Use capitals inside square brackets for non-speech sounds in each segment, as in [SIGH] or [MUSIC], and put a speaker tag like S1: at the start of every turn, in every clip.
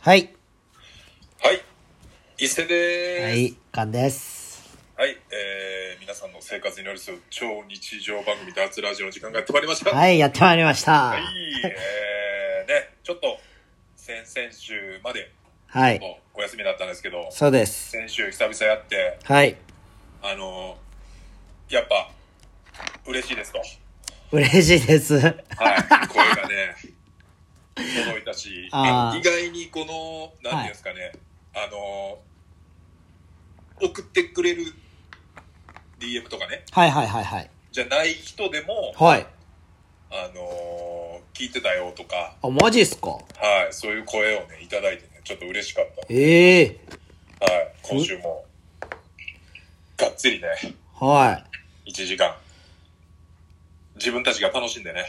S1: はい。
S2: はい、伊勢
S1: は
S2: でーす。
S1: い、カンです。
S2: はい、えー皆さんの生活に寄り添う超日常番組脱ラジオの時間がやってまいりました。
S1: はい、やってまいりました
S2: はい。えーね、ちょっと先々週まで
S1: はい。
S2: もうお休みだったんですけど、
S1: そうです。
S2: 先週久々やって、
S1: はい。
S2: あのーやっぱ嬉しいですと。
S1: 嬉しいです。
S2: はい、
S1: [LAUGHS]
S2: 声がね、届いたし、
S1: あー
S2: 意外にこの、なんていうんですかね、あのー送ってくれる DM とかね、
S1: はいはいはいはい。
S2: じゃない人でも、
S1: はい。
S2: あのー聞いてたよとか、
S1: あ、マジっすか
S2: はい、そういう声をね、いただいてね、ちょっと嬉しかっ
S1: ええ
S2: た。はい、今週も、がっつりね、
S1: は
S2: 1時間、自分たちが楽しん
S1: [LAUGHS]
S2: でね、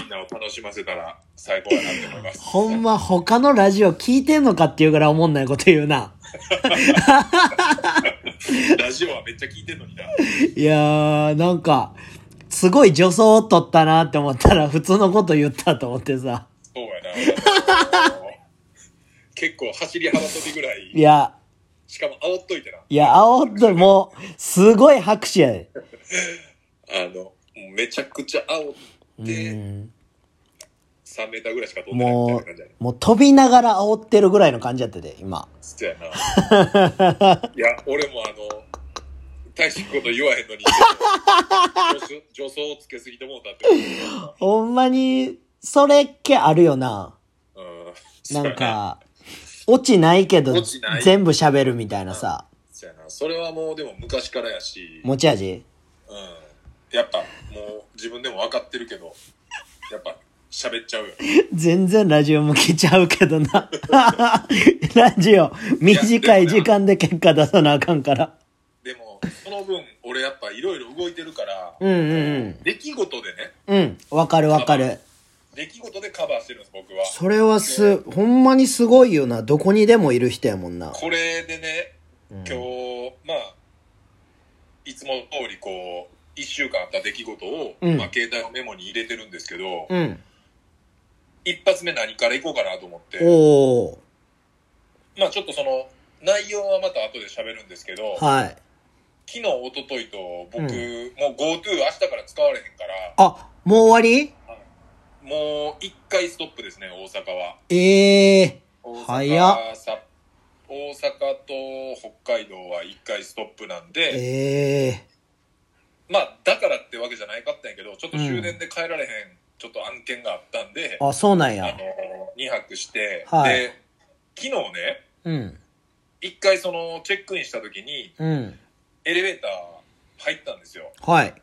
S2: みんなを楽しませたら最高だなって思います
S1: い。。ほんま他のラジオ聞いてんのかっていうぐらい思んないこと言うな。
S2: ラジオはめっちゃ聞いてんのにな。
S1: いやー、なんか、すごい助走を取ったなって思ったら普通のこと言ったと思ってさ。
S2: そうやな。あのー結構走り幅跳びぐら
S1: い
S2: い、
S1: や、
S2: しかも煽っといてな。
S1: いや、青っともう、すごい拍手やで。
S2: あの、もうめちゃくちゃ煽
S1: う
S2: って、
S1: ん。
S2: 3メーターぐらいしか飛んでないみたい
S1: も
S2: な感じやね
S1: う、もう飛びながら煽ってるぐらいの感じやってて、今。
S2: そうやな。いや、俺もあの、大したこと言わへんのに、助走助走をつけすぎてもうたってこ
S1: ほんまに、それっけあるよな。
S2: と。うん。そう
S1: な
S2: や
S1: ん。か、落ちないけど
S2: 落ちない、
S1: 全部喋るみたいなさ、
S2: そうやな。それはもうでも昔からやし。
S1: 持ち味
S2: うんやっぱもう自分でも分かってるけどやっぱ喋っちゃうよ
S1: 全然ラジオ向きちゃうけどな。 [LAUGHS] ラジオ、短い時間で結果出さなあかんから。
S2: でもその分俺やっぱいろいろ動いてるから、
S1: うんうん
S2: 出来事でね
S1: うん。うん、わかるわかる。
S2: 出来事でカバーしてるんです僕は
S1: それはす、ほんまにすごいよな。どこにでもいる人やもんな。
S2: これでね
S1: うん
S2: 今日、まあいつも通りこう1週間あった出来事を、
S1: うん
S2: まあ、携帯のメモに入れてるんですけど、
S1: うん。
S2: 一発目何からいこうかなと思って
S1: お
S2: まあちょっとその内容はまた後で喋るんですけど、
S1: ー。はい。
S2: 昨日、一昨日と僕、
S1: うん
S2: もう GoTo 明日から使われへんから、
S1: あ、もう終わり
S2: もう一回ストップですね、大阪は。
S1: ええ
S2: 大阪
S1: 早
S2: さ大阪と北海道は一回ストップなん
S1: ー、
S2: で、
S1: ええ
S2: まあ、だからってわけじゃないかったんやけど、ちょっと終電で帰られへん、ちょっと案件があったんで、
S1: あ、そうなん
S2: あの
S1: や。、
S2: 2泊して、
S1: はい
S2: で、昨日ね、
S1: うん。
S2: 一回その、チェックインした時に、
S1: うん。
S2: エレベーター入ったんですよ。
S1: はい。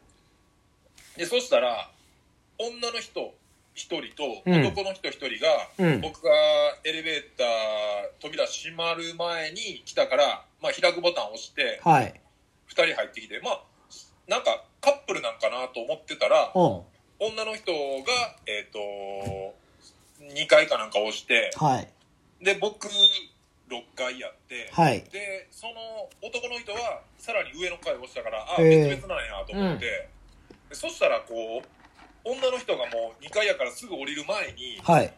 S2: で、そしたら、女の人一人と、
S1: うん
S2: 男の人一人が、
S1: うん。
S2: 僕がエレベーター扉閉まる前に来たから、まあ、開くボタンを押して
S1: はい。
S2: 2人入ってきてまあなんかカップルなんかなと思ってたら
S1: うん。
S2: 女の人がえっ、と2階かなんか押して
S1: はい。
S2: で僕6階やって、
S1: はい。
S2: でその男の人はさらに上の階を押したからあ
S1: へー
S2: 別々なんやと思って、でそしたらこう女の人がもう2階やからすぐ降りる前に
S1: はい。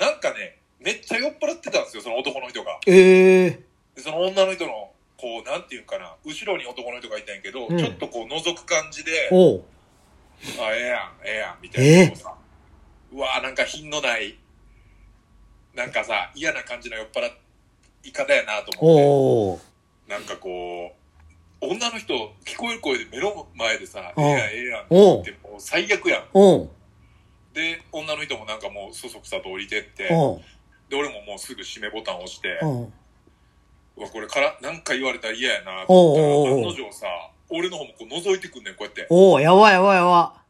S2: なんかねめっちゃ酔っ払ってたんですよその男の人が。
S1: ええ
S2: でその女の人のこうなんていうんかな後ろに男の人がいたんやけど、
S1: うん
S2: ちょっとこう覗く感じで
S1: おう。
S2: 「あええやんええやん」みたいな
S1: え
S2: こうさ、うわーなんか品のないなんかさ嫌な感じの酔っ払い方やなと思っ
S1: おう。
S2: てなんかこう女の人聞こえる声で目の前でさ「
S1: うん
S2: ええやんええやん」って
S1: おう。
S2: 言ってもう最悪やん
S1: おう。
S2: で女の人もなんかもうそそくさと降りてって
S1: おう。
S2: で俺ももうすぐ閉めボタンを押して
S1: おう。
S2: うわこれからなんか言われたら嫌やなと
S1: おうおうおう
S2: 思ったら案の定さ俺の方もこう覗いてくんねんこうやって
S1: おう。やばいやばいやば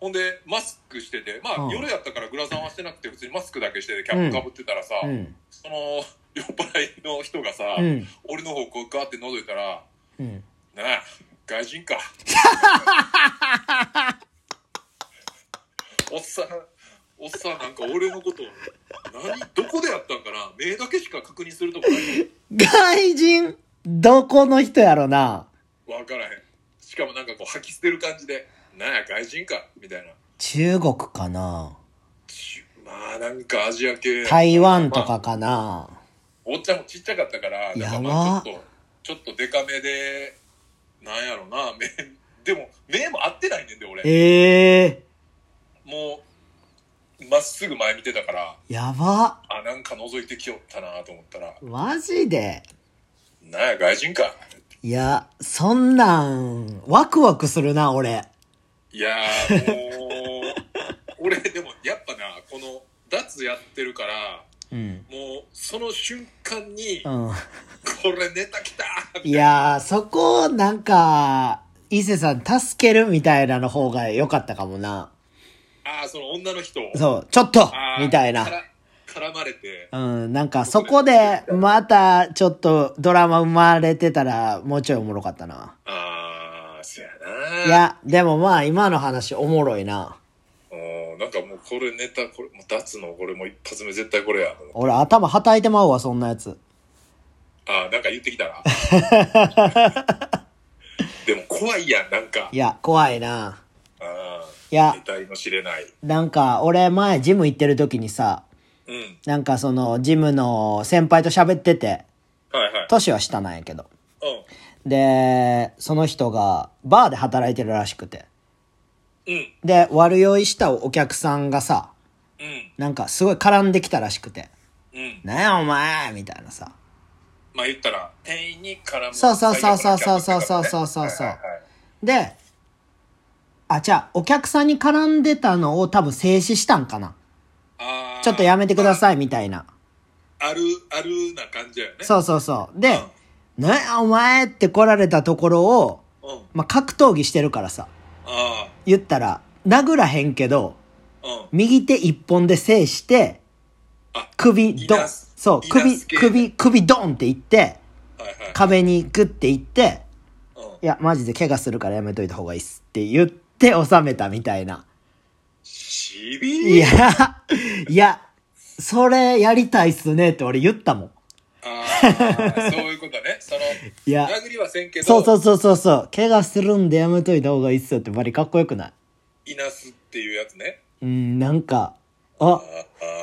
S2: ほんでマスクしててまあ、
S1: うん
S2: 夜やったからグラサンはしてなくて普通にマスクだけしててキャップかぶってたらさ、
S1: い。うん。
S2: その酔っ払いの人がさ、
S1: うん。
S2: 俺の方こうガーって覗いたら
S1: うん。
S2: 「なあ外人
S1: [LAUGHS]
S2: か」おっさんおっさんなんか俺のこと何どこでやったんかな目だけしか確認するとこない
S1: 外人、どこの人やろな。
S2: 分からへんしかもなんかこう吐き捨てる感じで「なんや外人か」みたいな
S1: 中国かな。
S2: ちゅまあーなんかアジア系。
S1: 台湾とかかな。
S2: おっちゃんもちっちゃかったから、なんかまあちょっと、ちょっとデカめで、なんやろな、目、 [LAUGHS] でも、目も合ってないねんで、俺。
S1: ええ
S2: もう、まっすぐ前見てたから、
S1: ー、やば。
S2: あ、なんか覗いてきよったなと思ったら、
S1: マジで。
S2: なんや、外人か。
S1: いや、そんなん、ワクワクするな、俺。
S2: いやー、も
S1: [LAUGHS]
S2: う、俺、でも、やっぱな、この、脱やってるから、
S1: うん。
S2: もう、その瞬間に、
S1: う
S2: こ
S1: ん。
S2: れネタきたー
S1: いやー、そこ、なんか、伊勢さん助けるみたいなの方が良かったかもな。
S2: ああ、その女の人を
S1: そう、ちょっと
S2: あー
S1: みたいな
S2: か。ら絡まれて、
S1: うん、なんかそこで、また、ちょっと、ドラマ生まれてたら、もうちょいおもろかったな。
S2: ああ、そやな。
S1: いや、でもまあ、今の話、おもろいな。
S2: おー。なんかもうこれネタ、これ、もう脱のこれもう一発目絶対これや。
S1: 俺、頭はたいてまうわ、そんなやつ。
S2: ああ、なんか言ってきたな。でも怖いやん、なんか
S1: い。や、怖いな。
S2: あ
S1: いや
S2: あ、ネタの知れない。
S1: なんか、俺、前、ジム行ってる時にさ、
S2: うん。
S1: なんかその、ジムの先輩と喋ってて、
S2: はいはい。
S1: 年は下なんやけど。
S2: う
S1: で、その人が、バーで働いてるらしくて。
S2: ん。うん。
S1: で、悪酔いしたお客さんがさ、
S2: うん。
S1: なんか、すごい絡んできたらしくて。
S2: うん。
S1: なんやお前みたいなさ。
S2: まあ言ったら、店員に絡む。
S1: そうそうそうそうそうそうそうそうそう
S2: はいはいはい
S1: で、あ、じゃあ、お客さんに絡んでたのを多分静止したんかな。
S2: あー
S1: ちょっとやめてください、みたいな。
S2: ある、あるな感じやよね。
S1: そうそうそう。で、なんやお前って来られたところを、
S2: う。うん。
S1: まあ、格闘技してるからさ、
S2: あ
S1: 言ったら、殴らへんけど、
S2: あ。うん。
S1: 右手一本で制して
S2: あ、
S1: 首ド
S2: い
S1: ン
S2: なす。
S1: そう、
S2: いな
S1: 首、
S2: す系ね
S1: 首、首ドンって言って、
S2: はいはい。
S1: 壁にグッて行って、
S2: うん
S1: いや、マジで怪我するからやめといた方がいいっすって言って収めたみたいな。
S2: しび
S1: いや、いや、それやりたいっすねって俺言ったもん。
S2: ああ、そういうことね。その、
S1: いや、
S2: 殴りはせんけど、
S1: そうそうそうそうそう、怪我するんでやめといた方がいいっすよってバリかっこよくない
S2: いなすっていうやつね。
S1: うん、なんか、あ、
S2: ああ。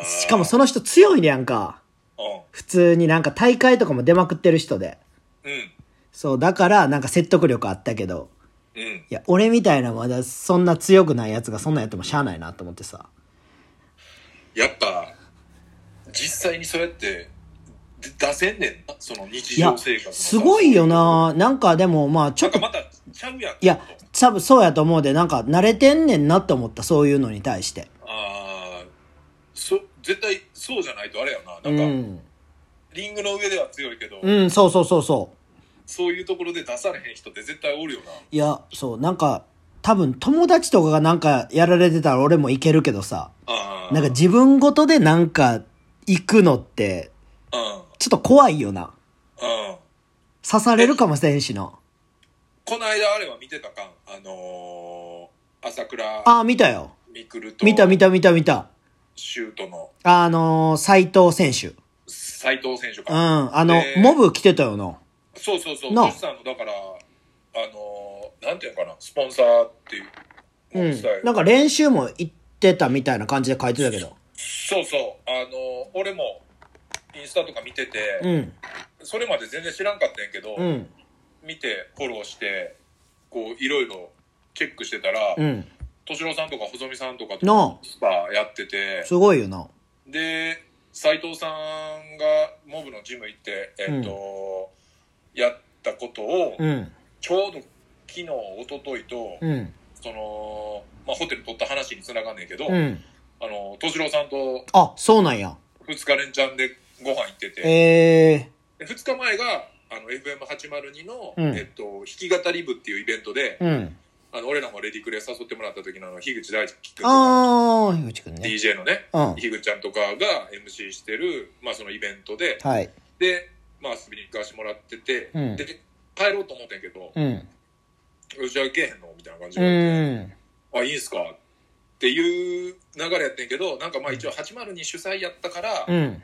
S1: しかもその人強いねやんか。
S2: う
S1: 普通になんか大会とかも出まくってる人で。
S2: ん。うん。
S1: そう、だからなんか説得力あったけど、
S2: うん。
S1: いや、俺みたいなまだそんな強くないやつがそんなんやってもしゃあないなと思ってさ。
S2: やっぱ、実際にそうやって、で出せんねんな。その日
S1: いや
S2: 常生活、の。
S1: すごいよ。ななんかでもまあち
S2: な
S1: ょ
S2: ん
S1: っ
S2: か
S1: と、
S2: また、ちゃうやん。
S1: いや、多分そうやと思うで、なんか慣れてんねんなって思った、そういうのに対して。
S2: ああ、そ、絶対そうじゃないとあれやな。
S1: う
S2: なんか、
S1: ん。
S2: リングの上では強いけど、
S1: うん、そうそうそうそう。
S2: そういうところで出されへん人って絶対おるよな。
S1: いや、そう、なんか、多分友達とかがなんかやられてたら俺もいけるけどさ、
S2: ああ。
S1: なんか自分ごとでなんか行くのって、
S2: うん。
S1: ちょっと怖いよな。
S2: うん。
S1: 刺されるかもしれんしな。
S2: この間あれは見てたかんあのー、朝倉
S1: ああ、見たよ。
S2: 未来と
S1: 見た見た見た見た。
S2: シュートの
S1: あのー、斎藤選手。
S2: 斎藤選手
S1: う
S2: か、
S1: ん。あの、
S2: えー
S1: モブ来てたよな。
S2: そうそうそう
S1: なあ
S2: 女子さんのだからあのー、なんていうのかなスポンサーっていう
S1: う
S2: スタイ
S1: ん。
S2: ル
S1: なんか練習も行ってたみたいな感じで書いてたけど。
S2: そうそうあのー、俺もインスタとか見てて、
S1: うん。
S2: それまで全然知らんかったんやけど、
S1: うん。
S2: 見てフォローしてこういろいろチェックしてたら
S1: うん。
S2: 敏郎、さんとか細見さんとか
S1: な
S2: とスパやってて
S1: すごいよな。
S2: で斉藤さんがモブのジム行って、えっとやったことを、
S1: うん。
S2: ちょうど昨日一昨日と、
S1: うん。
S2: その、まあ、ホテル取った話につながんねんけど、
S1: うん。
S2: あの敏郎さんと
S1: あ、そうなんや。
S2: 2日連チャンでご飯行ってて、
S1: え
S2: で2日前があの FM802 の、
S1: うん
S2: えっと、弾き語り部っていうイベントで
S1: え、うん。
S2: あの俺らもレディクレ誘ってもらった時のあの樋口大地君
S1: あー、樋口くんね。
S2: DJ のね
S1: うん。
S2: 樋口ちゃんとかが MC してる、まあ、そのイベントで、
S1: はい。
S2: で、まあ、遊びに行かしてもらってて、
S1: うん
S2: で帰ろうと思ったんやけど
S1: うん。
S2: 「よしじゃあ行けへんの?」みたいな感じ
S1: う
S2: で
S1: ん。
S2: 「あいいんすか?」っていう流れやってんけどなんかまあ一応802主催やったから、
S1: うん。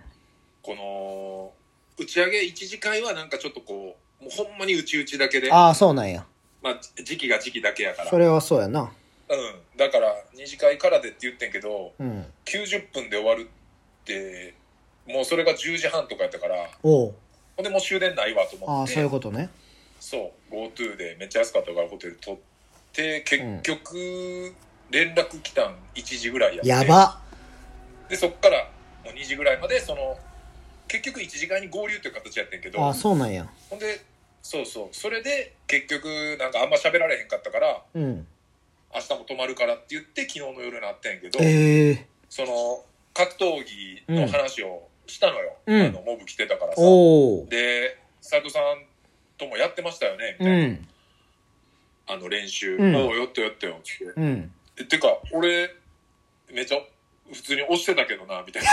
S2: この打ち上げ一次会はなんかちょっとこうもうほんまにうちうちだけで
S1: あー、そうなんや。
S2: まあ、時期が時期だけやから
S1: それはそうやな。
S2: うん。だから、二次会からでって言ってんけど、
S1: うん。
S2: 90分で終わるって、もうそれが10時半とかやったから、
S1: おう。
S2: ほんでもう終電ないわと思って。
S1: ああ、そういうことね。
S2: そう GoTo でめっちゃ安かったからホテル取って結局、連絡来たん1時ぐらいやって
S1: やば。
S2: でそっからもう2時ぐらいまでその結局1時間に合流という形やってんけど
S1: ああ、そうなんや。
S2: ほんでそうそうそれで結局なんかあんま喋られへんかったから
S1: うん。
S2: 明日も泊まるからって言って昨日の夜なってんけど、
S1: ええ
S2: その格闘技の話をしたのよ、
S1: うん
S2: あのモブ来てたからさ
S1: おお。
S2: で斉藤さんともやってましたよねみ
S1: う
S2: たいな、
S1: ん。
S2: あの練習、
S1: うん
S2: おうやったやったよつって
S1: うん。
S2: えてか俺めっちゃ普通に押してたけどなみた
S1: [LAUGHS]
S2: いな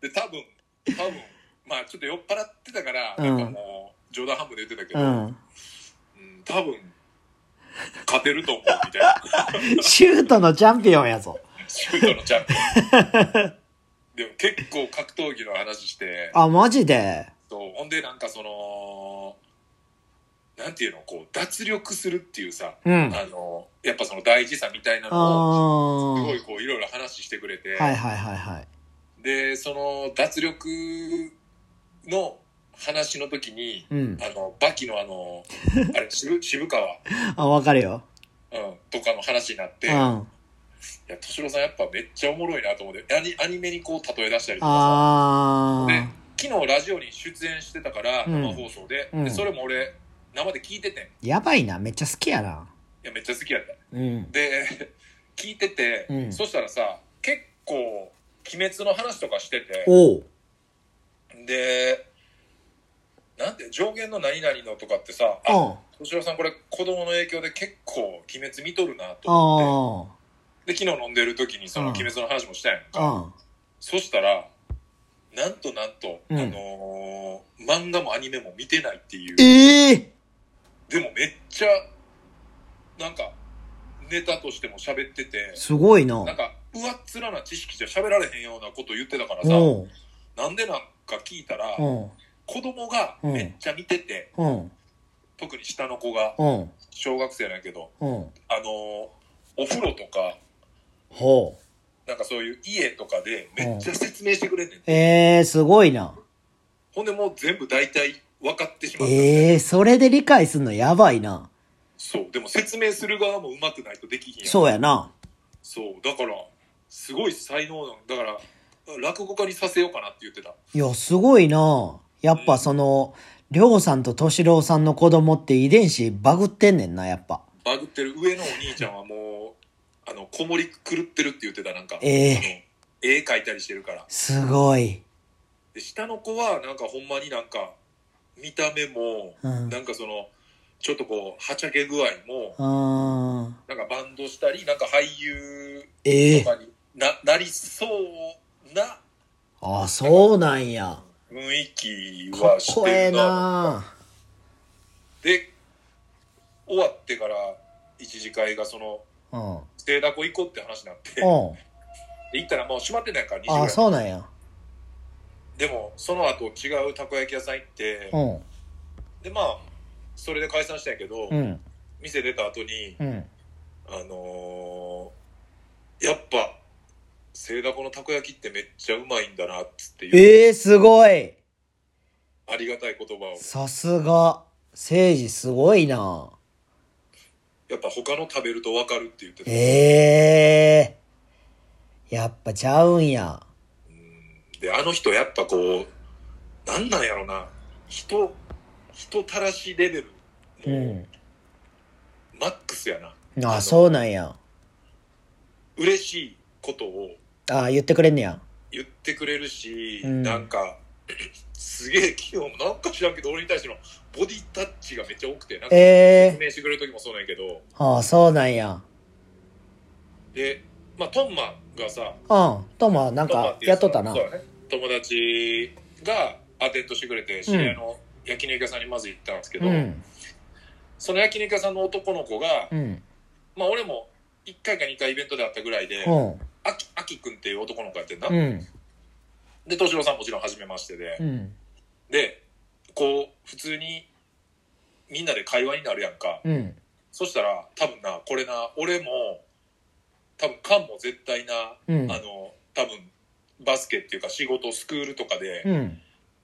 S2: で多分多分まあちょっと酔っ払ってたから、
S1: うん
S2: なんかもう冗談半分で言ってたけ
S1: う
S2: ど、
S1: ん。
S2: うん多分勝てると思うみたいな
S1: シュートのチャンピオンやぞ。
S2: シュートのチャン
S1: [LAUGHS]
S2: ピオンでも結構格闘技の話して
S1: あ、マジで。
S2: そうほんでなんかそのなんていうのこう脱力するっていうさ、
S1: うん。あ
S2: あのやっぱその大事さみたいな
S1: あ
S2: のをすご
S1: ー。
S2: いこういろいろ話してくれて、
S1: はいはいはいはい。
S2: でその脱力の話の時に
S1: うん。
S2: あのバキの
S1: [LAUGHS]
S2: あのあれ渋渋川、
S1: あ、わかるよ。
S2: うん、とかの話になって、
S1: うん。
S2: い
S1: あ
S2: や敏郎さんやっぱめっちゃおもろいなと思ってアニアニメにこう例え出したりとか
S1: あ
S2: さで
S1: ー。
S2: 昨日ラジオに出演してたから
S1: うん
S2: 生放送で,、
S1: うん
S2: でそれも俺生で聞いててんい
S1: やばいな。めっちゃ好きやな。
S2: やめっちゃ好きやった
S1: うん。
S2: で [LAUGHS] 聞いてて、
S1: うん
S2: そしたらさ結構「鬼滅」の話とかしてて
S1: おう。
S2: でなんで上限の何々のとかってさ
S1: う
S2: あ
S1: ん。
S2: 敏郎さんこれ子供の影響で結構「鬼滅」見とるなと思っ
S1: あ
S2: てで昨日飲んでる時にその
S1: う
S2: 「
S1: ん
S2: 鬼滅」の話もしたやん
S1: あ。
S2: か
S1: うん。
S2: そしたらなんとなんと、
S1: うん
S2: あのー漫画もアニメも見てないっていう
S1: ええ
S2: でもめっちゃなんかネタとしても喋ってて
S1: すごいな
S2: なん。か上っ面な知識じゃ喋られへんようなこと言ってたからさ
S1: おう。
S2: なんでなんか聞いたら
S1: うん。
S2: 子供がめっちゃ見てて
S1: うん。
S2: 特に下の子が
S1: うん。
S2: 小学生なんやけど
S1: うん。
S2: あのーお風呂とか
S1: ほう。
S2: なんかそういう家とかでめっちゃ説明してくれんねん、
S1: ええすごいな。
S2: ほんでもう全部大体分かってしまった、
S1: ええそれで理解すんのやばいな。
S2: そうでも説明する側もうまくないとできひんやん
S1: そうやな。
S2: そうだからすごい才能なんだから落語家にさせようかなって言ってた
S1: いや、すごいな。やっぱその、りょうさんととしろうさんの子供って遺伝子バグってんねんな、やっぱ。
S2: バグってる上のお兄ちゃんはもうあの子守狂ってるって言ってたなんか、
S1: ええ
S2: あの絵描いたりしてるから
S1: すごい。
S2: で下の子はなんかほんまになんか見た目も、
S1: うん
S2: なんかそのちょっとこうはちゃけ具合も、
S1: あー。
S2: なんかバンドしたりなんか俳優
S1: ええ
S2: とかにななりそうな
S1: あ、そうなんや。
S2: 雰囲気
S1: かっ
S2: はし
S1: こ
S2: て
S1: ええ
S2: るな
S1: な。
S2: で終わってから一次会がその
S1: うん。
S2: 聖田湖行こうって話になって
S1: うん。
S2: で行ったらもう閉まってないから2時ぐら
S1: あ、
S2: い
S1: そうなんや。
S2: でもその後違うたこ焼き屋さん行って
S1: うん。
S2: でまあそれで解散したんやけど、
S1: うん。
S2: 店出た後に
S1: うん。
S2: あのーやっぱ聖ダコのたこ焼きってめっちゃうまいんだなっつっていう
S1: ええすごい。
S2: ありがたい言葉を
S1: さすが。聖治すごいな。
S2: やっぱ他の食べると分かるって言ってた、
S1: ええやっぱちゃうんや。
S2: うんであの人やっぱこうなんなんやろな人人たらしレベル
S1: う
S2: も
S1: ん。
S2: うマックスやな、
S1: あ、そうなんや。
S2: 嬉しいことを
S1: あ、言ってくれんねや。
S2: 言ってくれるし、
S1: うん
S2: なんか [CLEARS THROAT] すげえ器用もなんか知らんけど俺に対してのボディタッチがめっちゃ多くてなんか説
S1: ええ
S2: 明してくれる時もそうなんやけど
S1: あ、そうなんや。
S2: で、まあ、トンマがさ
S1: うん。とも、なん
S2: トンマ
S1: か
S2: っ、ていう
S1: やっとったな
S2: そ。うだね友達がアテンドしてくれて知り合いの焼肉屋さんにまず行ったんですけど、
S1: うん。
S2: その焼肉屋さんの男の子が、
S1: うん。
S2: まあ、俺も1回か2回イベントであったぐらいで、
S1: うん。
S2: あきあきくんっていう男の子やってんな、
S1: うん。
S2: で敏郎さんもちろん初めましてで、
S1: うん。
S2: でこう普通にみんなで会話になるやんか
S1: うん。
S2: そしたら、多分な、これな、俺も、多分カンも絶対な、
S1: うん
S2: あの、多分、バスケっていうか仕事、スクールとかで、
S1: うん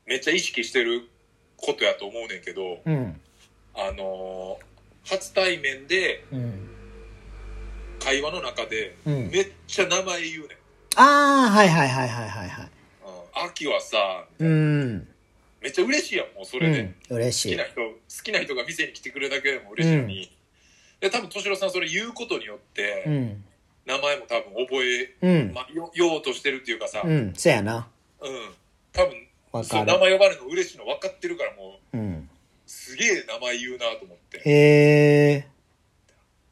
S2: めっちゃ意識してることやと思うねんけど、
S1: うん
S2: あのー初対面で
S1: うん
S2: 会話の中で、
S1: うん
S2: めっちゃ名前言うねん。
S1: ああはいはいはいはいはいはい
S2: うん秋はさ、
S1: うん
S2: めっちゃ嬉しいやん、もうそれで。
S1: うん嬉し
S2: 好
S1: い
S2: きな人、好きな人が店に来てくれるだけでも嬉しいのに。で、多分、敏郎さんそれ言うことによって、
S1: うん
S2: 名前も多分覚え、
S1: うん
S2: ま、よ、ようとしてるっていうかさ、う。
S1: うんんせやな
S2: 多分、
S1: わ
S2: そ
S1: か
S2: う名
S1: る
S2: 前呼ばれるの嬉しいの分かってるからもう、
S1: うん
S2: すげえ名前言うなと思って。
S1: へえ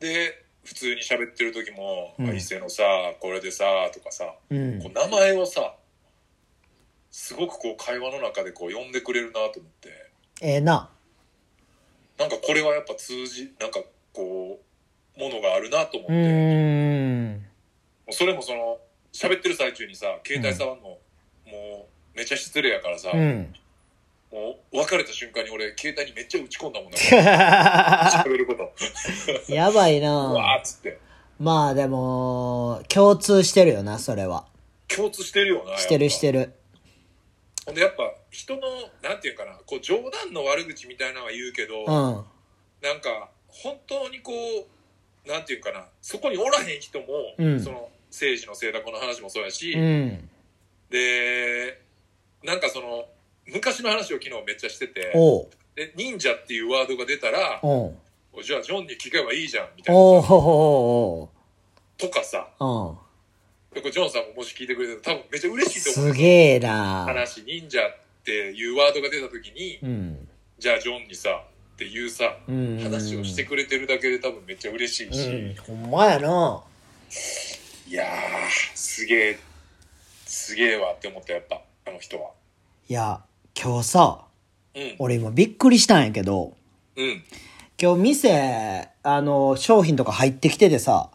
S2: で、普通に喋ってる時も、
S1: うん
S2: あ伊勢のさ、これでさ、とかさ、
S1: うん
S2: こう名前をさ、すごくこう会話の中でこう呼んでくれるなと思って、
S1: ええな
S2: なんかこれはやっぱ通じ、なんかこう、ものがあるなと思っ
S1: う
S2: て、も
S1: ーん
S2: うそれもその、喋ってる最中にさ、携帯触るの、もう、めっちゃ失礼やからさ、
S1: うん
S2: もう別れた瞬間に俺、携帯にめっちゃ打ち込んだもんな、喋ること。
S1: やばいうな
S2: わーっつって。
S1: まあでも共通してるよなそれは
S2: 共通してるよな。やっぱ
S1: してるしてる
S2: ほんでやっぱ人のなんていうかなこう冗談の悪口みたいなのは言うけど、
S1: うん
S2: なんか本当にこうなんていうかなそこにおらへん人も、
S1: うん
S2: その政治の政策の話もそうやし、
S1: うん
S2: でなんかその昔の話を昨日めっちゃしてて
S1: おう
S2: で忍者っていうワードが出たら
S1: おう
S2: じゃあジョンに聞けばいいじゃんみたいな
S1: おうほうほ
S2: とかさ
S1: うほうお
S2: でこれジョンさんももし聞いてくれてたら多分めっちゃ
S1: う
S2: 嬉しいと思
S1: す
S2: う
S1: げえな
S2: 話忍者っていうワードが出た時に、
S1: うん
S2: じゃあジョンにさっていうさ
S1: うん
S2: 話をしてくれてるだけで多分めっちゃ嬉しいし、
S1: うんほんまやない
S2: やーすげえすげえわって思ったやっぱあの人はい
S1: や今日さ
S2: うん
S1: 俺今びっくりしたんやけど
S2: うん
S1: 今日店あの商品とか入ってきててさ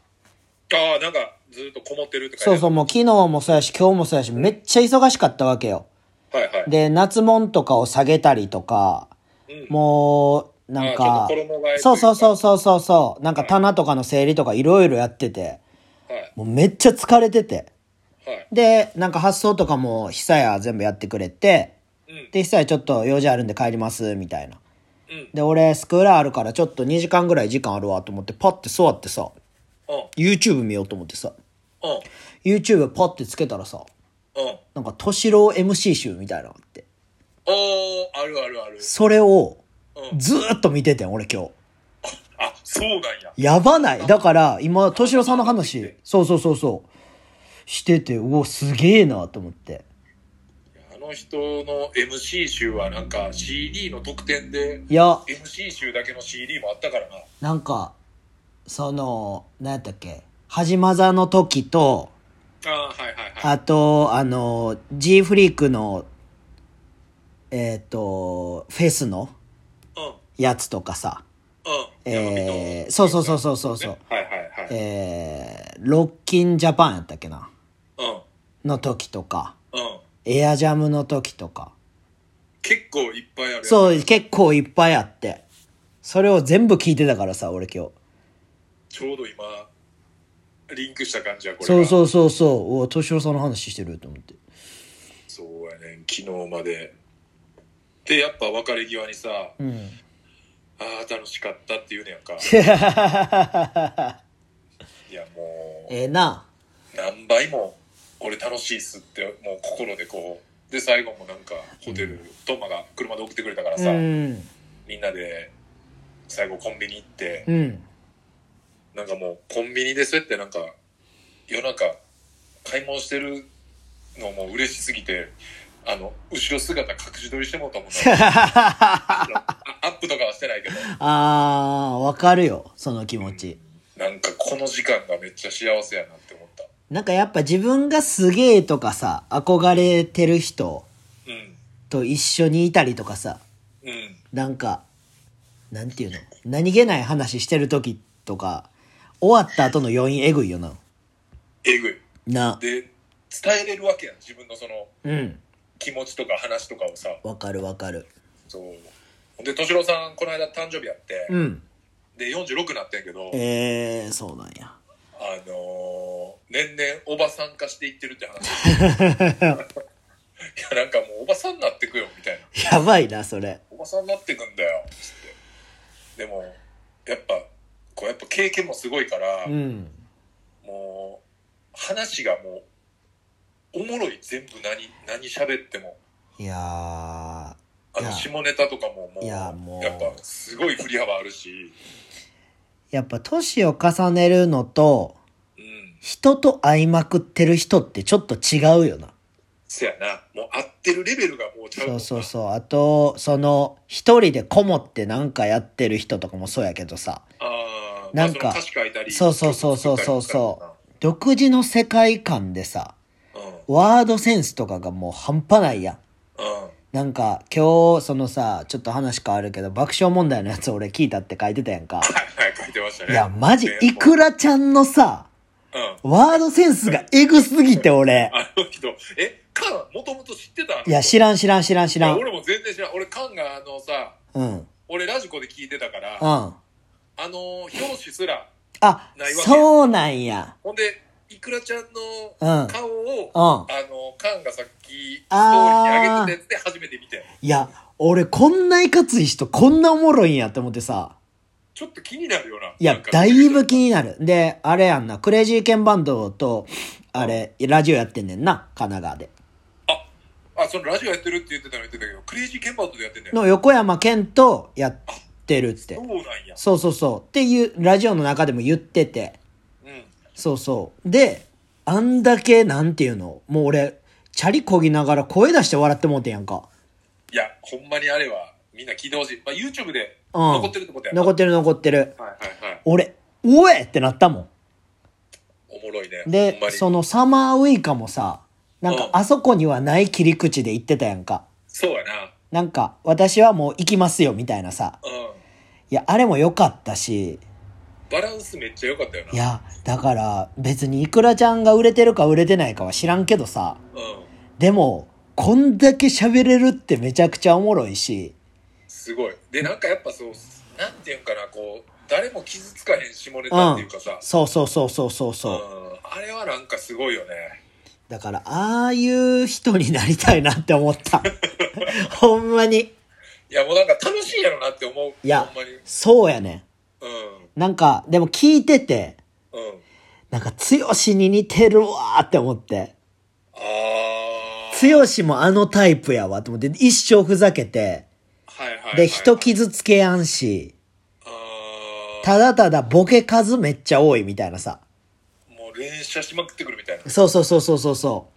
S2: ああなんかずっとこもってるって
S1: そ
S2: 感
S1: う
S2: じ
S1: そうもう昨日もそうやし今日もそうやしめっちゃ忙しかったわけよ
S2: はいはい
S1: で夏物とかを下げたりとか
S2: うん
S1: もうなん
S2: あー
S1: か
S2: ちょっと衣替えというか
S1: そうそうそうそうそうそうなんか棚とかの整理とかいろいろやってて
S2: はい
S1: もうめっちゃ疲れてて
S2: はい
S1: でなんか発送とかも久也全部やってくれて
S2: うん
S1: で久也ちょっと用事あるんで帰りますみたいな
S2: うん
S1: で俺スクールあるからちょっと2時間ぐらい時間あるわと思ってパッて座ってさ
S2: うん
S1: YouTube 見ようと思ってさ
S2: うん
S1: YouTube パッてつけたらさ
S2: うん
S1: なんか敏郎 MC 集みたいなのあって
S2: おーあるあるある
S1: それを
S2: うん
S1: ずーっと見ててん俺今日
S2: あそうなんや
S1: やばないだから今敏郎さんの話そうそうそうそうしててうおすげえなと思って
S2: あの人の MC 集はなんか CD の特典で
S1: いや
S2: MC 集だけの CD もあったからな
S1: なんかその何やったっけ始まざの時と
S2: ああーはいはいはい
S1: あと、あの、G フリークの、えっ、と、フェスの
S2: う
S1: やつとかさ、
S2: んうん山
S1: え
S2: 人
S1: ー、そうそうそうそうそうそう、
S2: はいはいはい。
S1: えー、ロッキンジャパンやったっけな
S2: う
S1: の時とか、
S2: ん。うん。
S1: エアジャムの時とか、
S2: 結構いっぱいあるやん
S1: そう、結構いっぱいあって、それを全部聞いてたからさ、俺今日。
S2: ちょうど今、リンクした感じや、これ
S1: そう
S2: う。
S1: そうそうそう、お敏郎さんの話してると思って。
S2: そうやねん、昨日まで。で、やっぱ別れ際にさ、あ
S1: うん。
S2: あ、楽しかったって言うねや
S1: [LAUGHS]
S2: んか。いや、も
S1: ええな。
S2: う、何倍も、俺楽しいっすって、もう心でこう。で、最後もなんか、ホテル、トンマが車で送ってくれたから
S1: う
S2: さ、
S1: ん。
S2: みんなで、最後コンビニ行って、
S1: うん。
S2: なんかもうコンビニでそうやってなんか夜中買い物してるのも嬉しすぎてあの後ろ姿隠し撮りしてもうたも
S1: [LAUGHS]
S2: んなあアップとかはしてないけど
S1: あー、わかるよ、その気持ち。
S2: なんかこの時間がめっちゃ幸せやなって思った
S1: なんかやっぱ自分がすげえとかさ、憧れてる人
S2: うん
S1: と一緒にいたりとかさ、
S2: うん
S1: なんか、なんていうの何気ない話してる時とか、終わった後の余韻えぐいよな。
S2: えぐい
S1: な。
S2: で伝えれるわけやん自分のその
S1: うん。
S2: 気持ちとか話とかをさ
S1: わかるわかる。
S2: そうで敏郎さんこの間誕生日やって、
S1: うん。
S2: で、46なってんけど、
S1: ええそうなんや。
S2: あのー年々おばさん化していってるっ
S1: [LAUGHS]
S2: て話。いや、なんかもうおばさんになってくよ、みたいな。
S1: やばいな、それ。
S2: おばさんになってくんだよ、つって。でも、やっぱ、こう、やっぱ経験もすごいから、
S1: うん。
S2: もう、話がもう、おもろい、全部何、何喋っても。
S1: いや
S2: あの、
S1: いや
S2: 下ネタとかももう、
S1: い
S2: や
S1: やもう
S2: っぱ、すごい振り幅あるし、
S1: ー、やっぱ年を重ねるのと、
S2: うん。
S1: 人と会いまくってる人ってちょっと違うよな。
S2: せやな、もう合ってるレベルがもうち
S1: そ
S2: ゃうもん
S1: う
S2: な
S1: そうそう。あと、その、一人でこもってなんかやってる人とかもそうやけどさ、
S2: あー
S1: なんか
S2: まあその歌詞書いたり
S1: そうそうそうそうそうそ独自の世界観でさ、
S2: う。うん。
S1: ワードセンスとかがもう半端ないやん。
S2: うん。
S1: なんか、今日、そのさ、ちょっと話変わるけど、爆笑問題のやつ俺聞いたって書いてたやんか。
S2: はいはい、書いてましたね。
S1: いや、マジ
S2: ね、
S1: いくらちゃんのさ、
S2: もううん。
S1: ワードセンスがエグすぎて俺。
S2: あの人、え、カン、もともと知ってた
S1: いや、知らん知らん知らん知
S2: い
S1: ら
S2: や
S1: ん。
S2: 俺も全然知らん。俺、カンがあのさ、
S1: うん。うん。
S2: 俺ラジコで聞いてたから、あ
S1: あ、
S2: の表紙すら、ないわけ
S1: そうなんや。
S2: ほんで、いくらちゃん
S1: うん
S2: の顔を、
S1: うん
S2: あの、カンがさっき、ストーリーに上げてたやつで初めて見て、
S1: いや、俺こんないかつい人こんなおもろいんやって思ってさ。
S2: ちょっと気になるよな。
S1: いや
S2: なん、か
S1: だいぶ気になる。で、あれやんな、クレイジーケンバンドと、あれ、ラジオやってんねんな、神奈川で。
S2: あ、そのラジオやってるって言ってたの言ってたけど、クレイジーケンバンドでやってんだよ。
S1: の横山健とやってるっ
S2: そ
S1: て
S2: う。なんや。
S1: そうそうそう。っていう、ラジオの中でも言ってて。
S2: うん。
S1: そうそう。で、あんだけ、なんていうのもう俺、チャリこぎながら声出して笑ってもうてんやんか。
S2: いや、ほんまにあれは、みんな聞いてほしい。まあ、YouTube で
S1: うん
S2: 残ってるってことやな。
S1: 残ってる残ってる。
S2: はいはいはい。
S1: 俺、おえってなったも
S2: おもろいね。
S1: ん。
S2: ほ
S1: で
S2: んま、に
S1: そのサマーウイカもさ、なん
S2: う
S1: か
S2: ん
S1: あそこにはない切り口で言ってたやんか。
S2: そうやな。
S1: なんか、私はもう行きますよみたいなさ。
S2: うん。
S1: いや、あれも良かったし、
S2: バランスめっちゃ良かったよな。
S1: いや、だから別にイクラちゃんが売れてるか売れてないかは知らんけどさ、
S2: うん。
S1: でも、こんだけ喋れるってめちゃくちゃおもろいし、
S2: すごい。で、なんかやっぱそう、なんていうんかな、こう、誰も傷つかへん下ネタっていうかさ、
S1: そうそうそうそうそうそう。
S2: うんあれはなんかすごいよね。
S1: だから、ああいう人になりたいなって思った。
S2: [LAUGHS]
S1: ほんまに。
S2: いや、もうなんか楽しいやろなって思う。
S1: いや
S2: ほんまに。うん。
S1: そうやねん。なんか、でも聞いてて、
S2: うん。
S1: なんか、つよしに似てるわーって思って。
S2: あー。
S1: つよしもあのタイプやわって思って、一生ふざけて、
S2: はいはいはいはい。
S1: で、人傷つけやんし、
S2: あー。
S1: ただただボケ数めっちゃ多いみたいなさ。
S2: もう連射しまくってくるみたいな。
S1: そうそうそうそうそうそ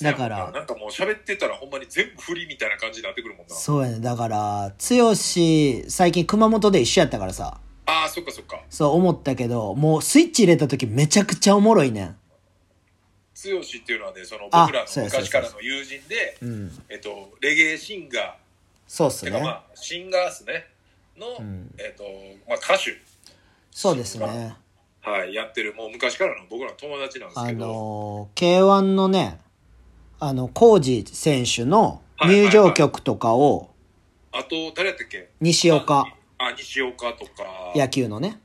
S1: う。だから
S2: なんかもう喋ってたらほんまに全部振りみたいな感じになってくるもんな。
S1: そうやね。だから、つよし、最近熊本で一緒やったからさ、
S2: ああ、そっかそっか。
S1: そう思ったけど、もうスイッチ入れた時めちゃくちゃおもろいねん。
S2: 剛っていうのはね、その
S1: あ
S2: 僕ら
S1: そう
S2: の
S1: やそうや
S2: 昔からの友人で、
S1: うん。
S2: えっと、レゲエシンガー、
S1: そうっす
S2: てかま
S1: ね。
S2: あ、シンガーっすね、の、
S1: ん
S2: えっと、まあ歌手、
S1: そうですね。
S2: はい、やってる、もう昔からの僕らの友達なんです
S1: あ
S2: けど、
S1: のー、K1 のね、あの、コージ選手の入場曲とかを、
S2: あと、誰やったっけ
S1: 西岡、。
S2: あ、西岡とか、
S1: 野球のね、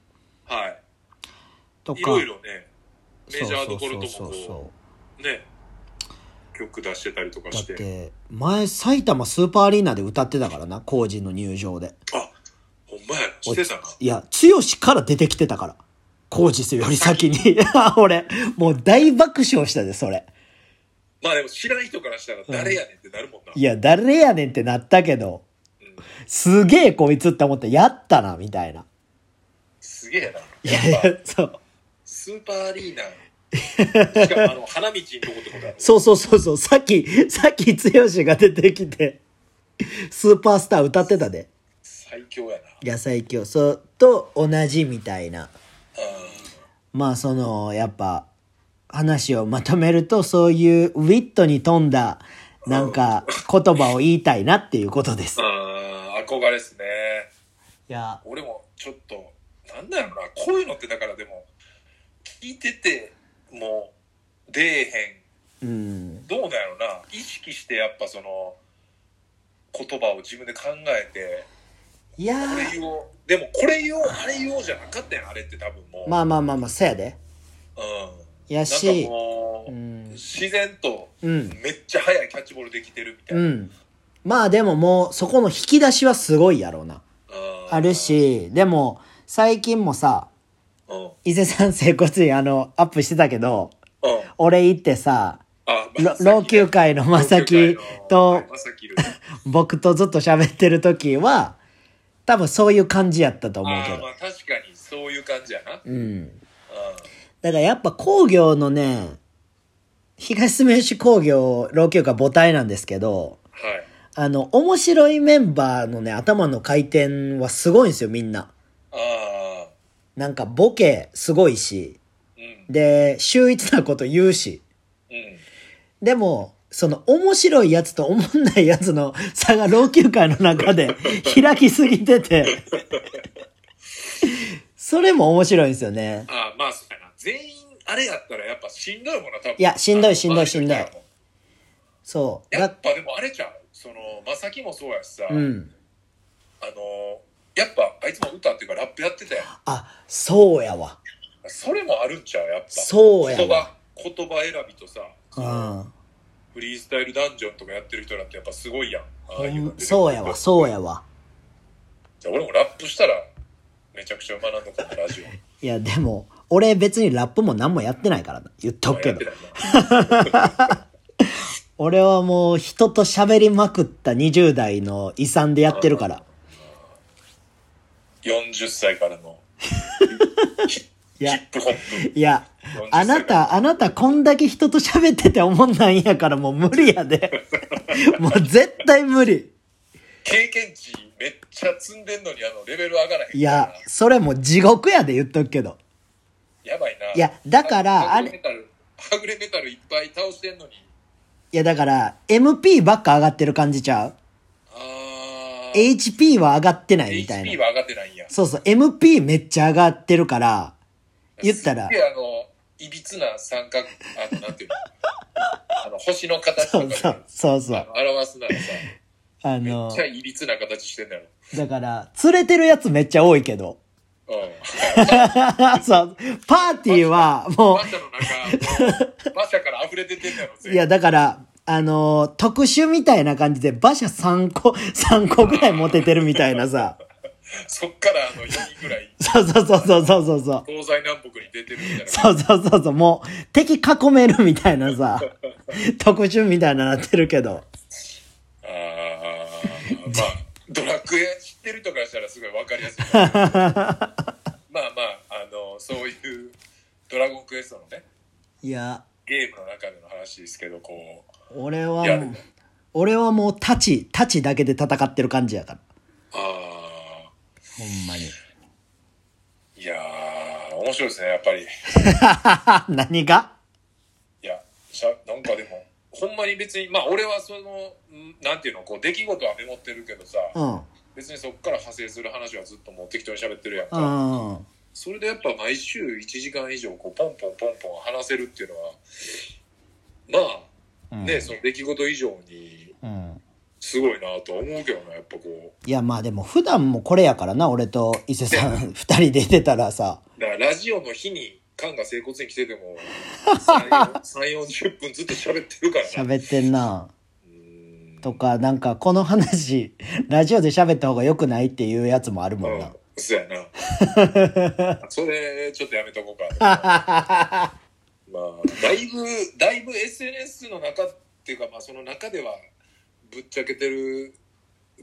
S2: はい。
S1: とか。
S2: いろいろね、メ
S1: そう
S2: ジャー
S1: そ
S2: ど
S1: う
S2: ころとも
S1: そう
S2: こ、
S1: そう
S2: ね、曲出してたりとか
S1: う。だ
S2: し。
S1: ってて、前、埼玉スーパーアリーナで歌ってたからな、コージの入場で。
S2: あ、ほんまや、してたな。
S1: いや、剛から出てきてたから。浩二より先に。
S2: [LAUGHS]
S1: 俺、もう大爆笑したで、それ。
S2: まあでも知らん人からしたら誰やねんってなるもんな。
S1: いや、誰やねんってなったけど、
S2: うん
S1: すげえこいつって思って、やったな、みたいな。
S2: すげえな。
S1: いやいや
S2: やっぱ、
S1: そう。
S2: スーパーアリーナ。
S1: [LAUGHS]
S2: しかもあの、花道のとことかだろ。
S1: そうそうそうそう。さっき、さっき剛が出てきて、スーパースター歌ってたで。
S2: 最強やな。
S1: 野菜競争と同じみたいな。
S2: う
S1: まあそのやっぱ話をまとめるとそういうウィットに富んだなんか言葉を言いたいなっていうことです。い
S2: ん。あー憧れですね。
S1: や、
S2: 俺もちょっと、なんだろうな。こういうのってだからでも、聞いてて、もう、出え
S1: うん
S2: へん。。どうなんやろな。意識してやっぱその、言葉を自分で考えて、
S1: いや
S2: これ
S1: ー
S2: 言おうでもこれ言おうあれ言おうじゃなかったやんあれって多分もう、
S1: まあまあまあまあそやで
S2: うん
S1: や
S2: なん
S1: し
S2: かもう、
S1: うん
S2: 自然と
S1: うん
S2: めっちゃ速いキャッチボールできてるみたいうな、
S1: んまあでももうそこの引き出しはすごいやろうな
S2: うん
S1: ある、しでも最近もさ
S2: うんうん
S1: 伊勢さん整骨院あのアップしてたけど俺行ってさ
S2: [LAUGHS] あ
S1: ろ老朽化会のまさきと
S2: まさきいる
S1: 僕とずっと喋ってる時は多分そういう感じやったと
S2: あ
S1: 思うけ
S2: ー
S1: ど
S2: まあ確かにそういう感じやな、うん、
S1: うんだからやっぱ工業のね、東住吉工業老朽化母体なんですけど、
S2: はい
S1: あの、面白いメンバーのね、頭の回転はすごいんですよ、みんな。
S2: ああ
S1: なんかボケすごいし、
S2: うん
S1: で、秀逸なこと言うし。
S2: うん
S1: でも、その面白いやつと思んないやつの差が老朽化の中
S2: [LAUGHS]
S1: で開きすぎてて、それも面白いんですよね。
S2: あーまあそうやな全員あれやったらやっぱしんどいもんな多分
S1: いやしんどい
S2: あの
S1: しんどいしんどい
S2: 周りの人やも
S1: そう。
S2: や
S1: だ
S2: っぱでもあれちゃうそのまさきもそうやしさ、
S1: うん。
S2: あのーやっぱあいつも歌っていうかラップやってたやん
S1: あ、そうやわ。
S2: それもあるんちゃうやっぱ
S1: そうや
S2: 言
S1: わ
S2: 葉言葉選びとさその
S1: うん。
S2: フリースタイルダンジョンとかやってる人だってやっぱすごいやんああ
S1: ほ
S2: い
S1: ん
S2: の出てくる
S1: そうやわ、そうやわ。
S2: じゃあ俺もラップしたらめちゃくちゃ学んだこのラジオ
S1: いや、でも、俺別にラップも何もやってないからな。言っとくけ
S2: やって
S1: ど。
S2: たよな
S1: 俺はもう人と喋りまくった20代の遺産でやってるから。
S2: 40歳からの
S1: [LAUGHS] い
S2: ヒ
S1: や、
S2: ップホッ
S1: い
S2: プ
S1: や、あなた、あなたこんだけ人と喋ってて思んないんやからもう無理や
S2: [LAUGHS]
S1: で。もう絶対無理。
S2: 経験値めっちゃ積んでんのにあのレベル上がらへんから
S1: いや、それもう地獄やで言っとくけど。
S2: やばいない
S1: いやだから
S2: はぐれメタルはぐれメタルいっぱい倒してんのに
S1: いや、だから、MP ばっか上がってる感じちゃう
S2: あー
S1: ?HP は上がってないみた
S2: HP
S1: いな。
S2: は上がってないんや
S1: そうそう、MP めっちゃ上がってるから、言ったら
S2: すっげえあのいびつな三角あのなん
S1: [LAUGHS]
S2: ていうのあの星の形
S1: そ
S2: と
S1: う
S2: か
S1: そ
S2: で
S1: う、そうそ
S2: あ
S1: う。
S2: の表すならさ
S1: あ
S2: め
S1: の
S2: っち、ゃいびつな形してんだろ
S1: だから、釣れてるやつめっちゃ多いけど。 [LAUGHS]
S2: うん
S1: そう、パーティーは、も
S2: 馬車の中もう馬車から溢れ出てんだろ
S1: う、
S2: 全
S1: い
S2: 部
S1: や、だから、あの、特殊みたいな感じで、馬車3個、3個 [LAUGHS] ぐらい持ててるみたいなさ。
S2: そっからあの4人ぐらい
S1: そうそうそうそうそうそうそう。
S2: 東西南北に出てるみたいな
S1: そうそうそうそう、もう、敵囲めるみたいなさ、特殊みたいななってるけど。
S2: あーまあドラクエ知ってる人からしたらすごい分かりやすいまあまああのそういうドラゴンクエストのね
S1: いや、
S2: ゲームの中での話ですけどこう
S1: 俺はい
S2: や
S1: もう、俺はもう、太刀、太刀だけで戦ってる感じやから。
S2: あ
S1: ほんまに。 [LAUGHS]
S2: あいやー面白いですねやっぱりい
S1: 何が
S2: やしゃなんかでもほんまに別にまあ俺はそのんなんていうのこう出来事はメモってるけどさ
S1: うん。
S2: 別にそっから派生する話はずっともう適当に喋ってるやん
S1: う
S2: か
S1: ん。
S2: それでやっぱ毎週1時間以上こうポンポンポンポン話せるっていうのはま
S1: う
S2: あ
S1: ん
S2: ね、その出来事以上に
S1: うん。
S2: すごいなとは思うけどなやっぱこ
S1: いや、まあでも普段もこれやからな、俺と伊勢さん二人で出てたらさ。
S2: うだからラジオの日にカンが整骨に来てても3 4 0分ずっと喋ってるか
S1: [LAUGHS]
S2: らな
S1: 喋ってんな。
S2: うん
S1: とか、なんかこの
S2: [LAUGHS]
S1: 話、ラジオで喋った方が良くないっていうやつもあるもんな。
S2: うん、そうや
S1: [LAUGHS]
S2: なそれちょっとやめとこうか
S1: [LAUGHS]
S2: まあだいぶだいぶ SNS の中っていうか、まあ、その中ではぶっちゃけてる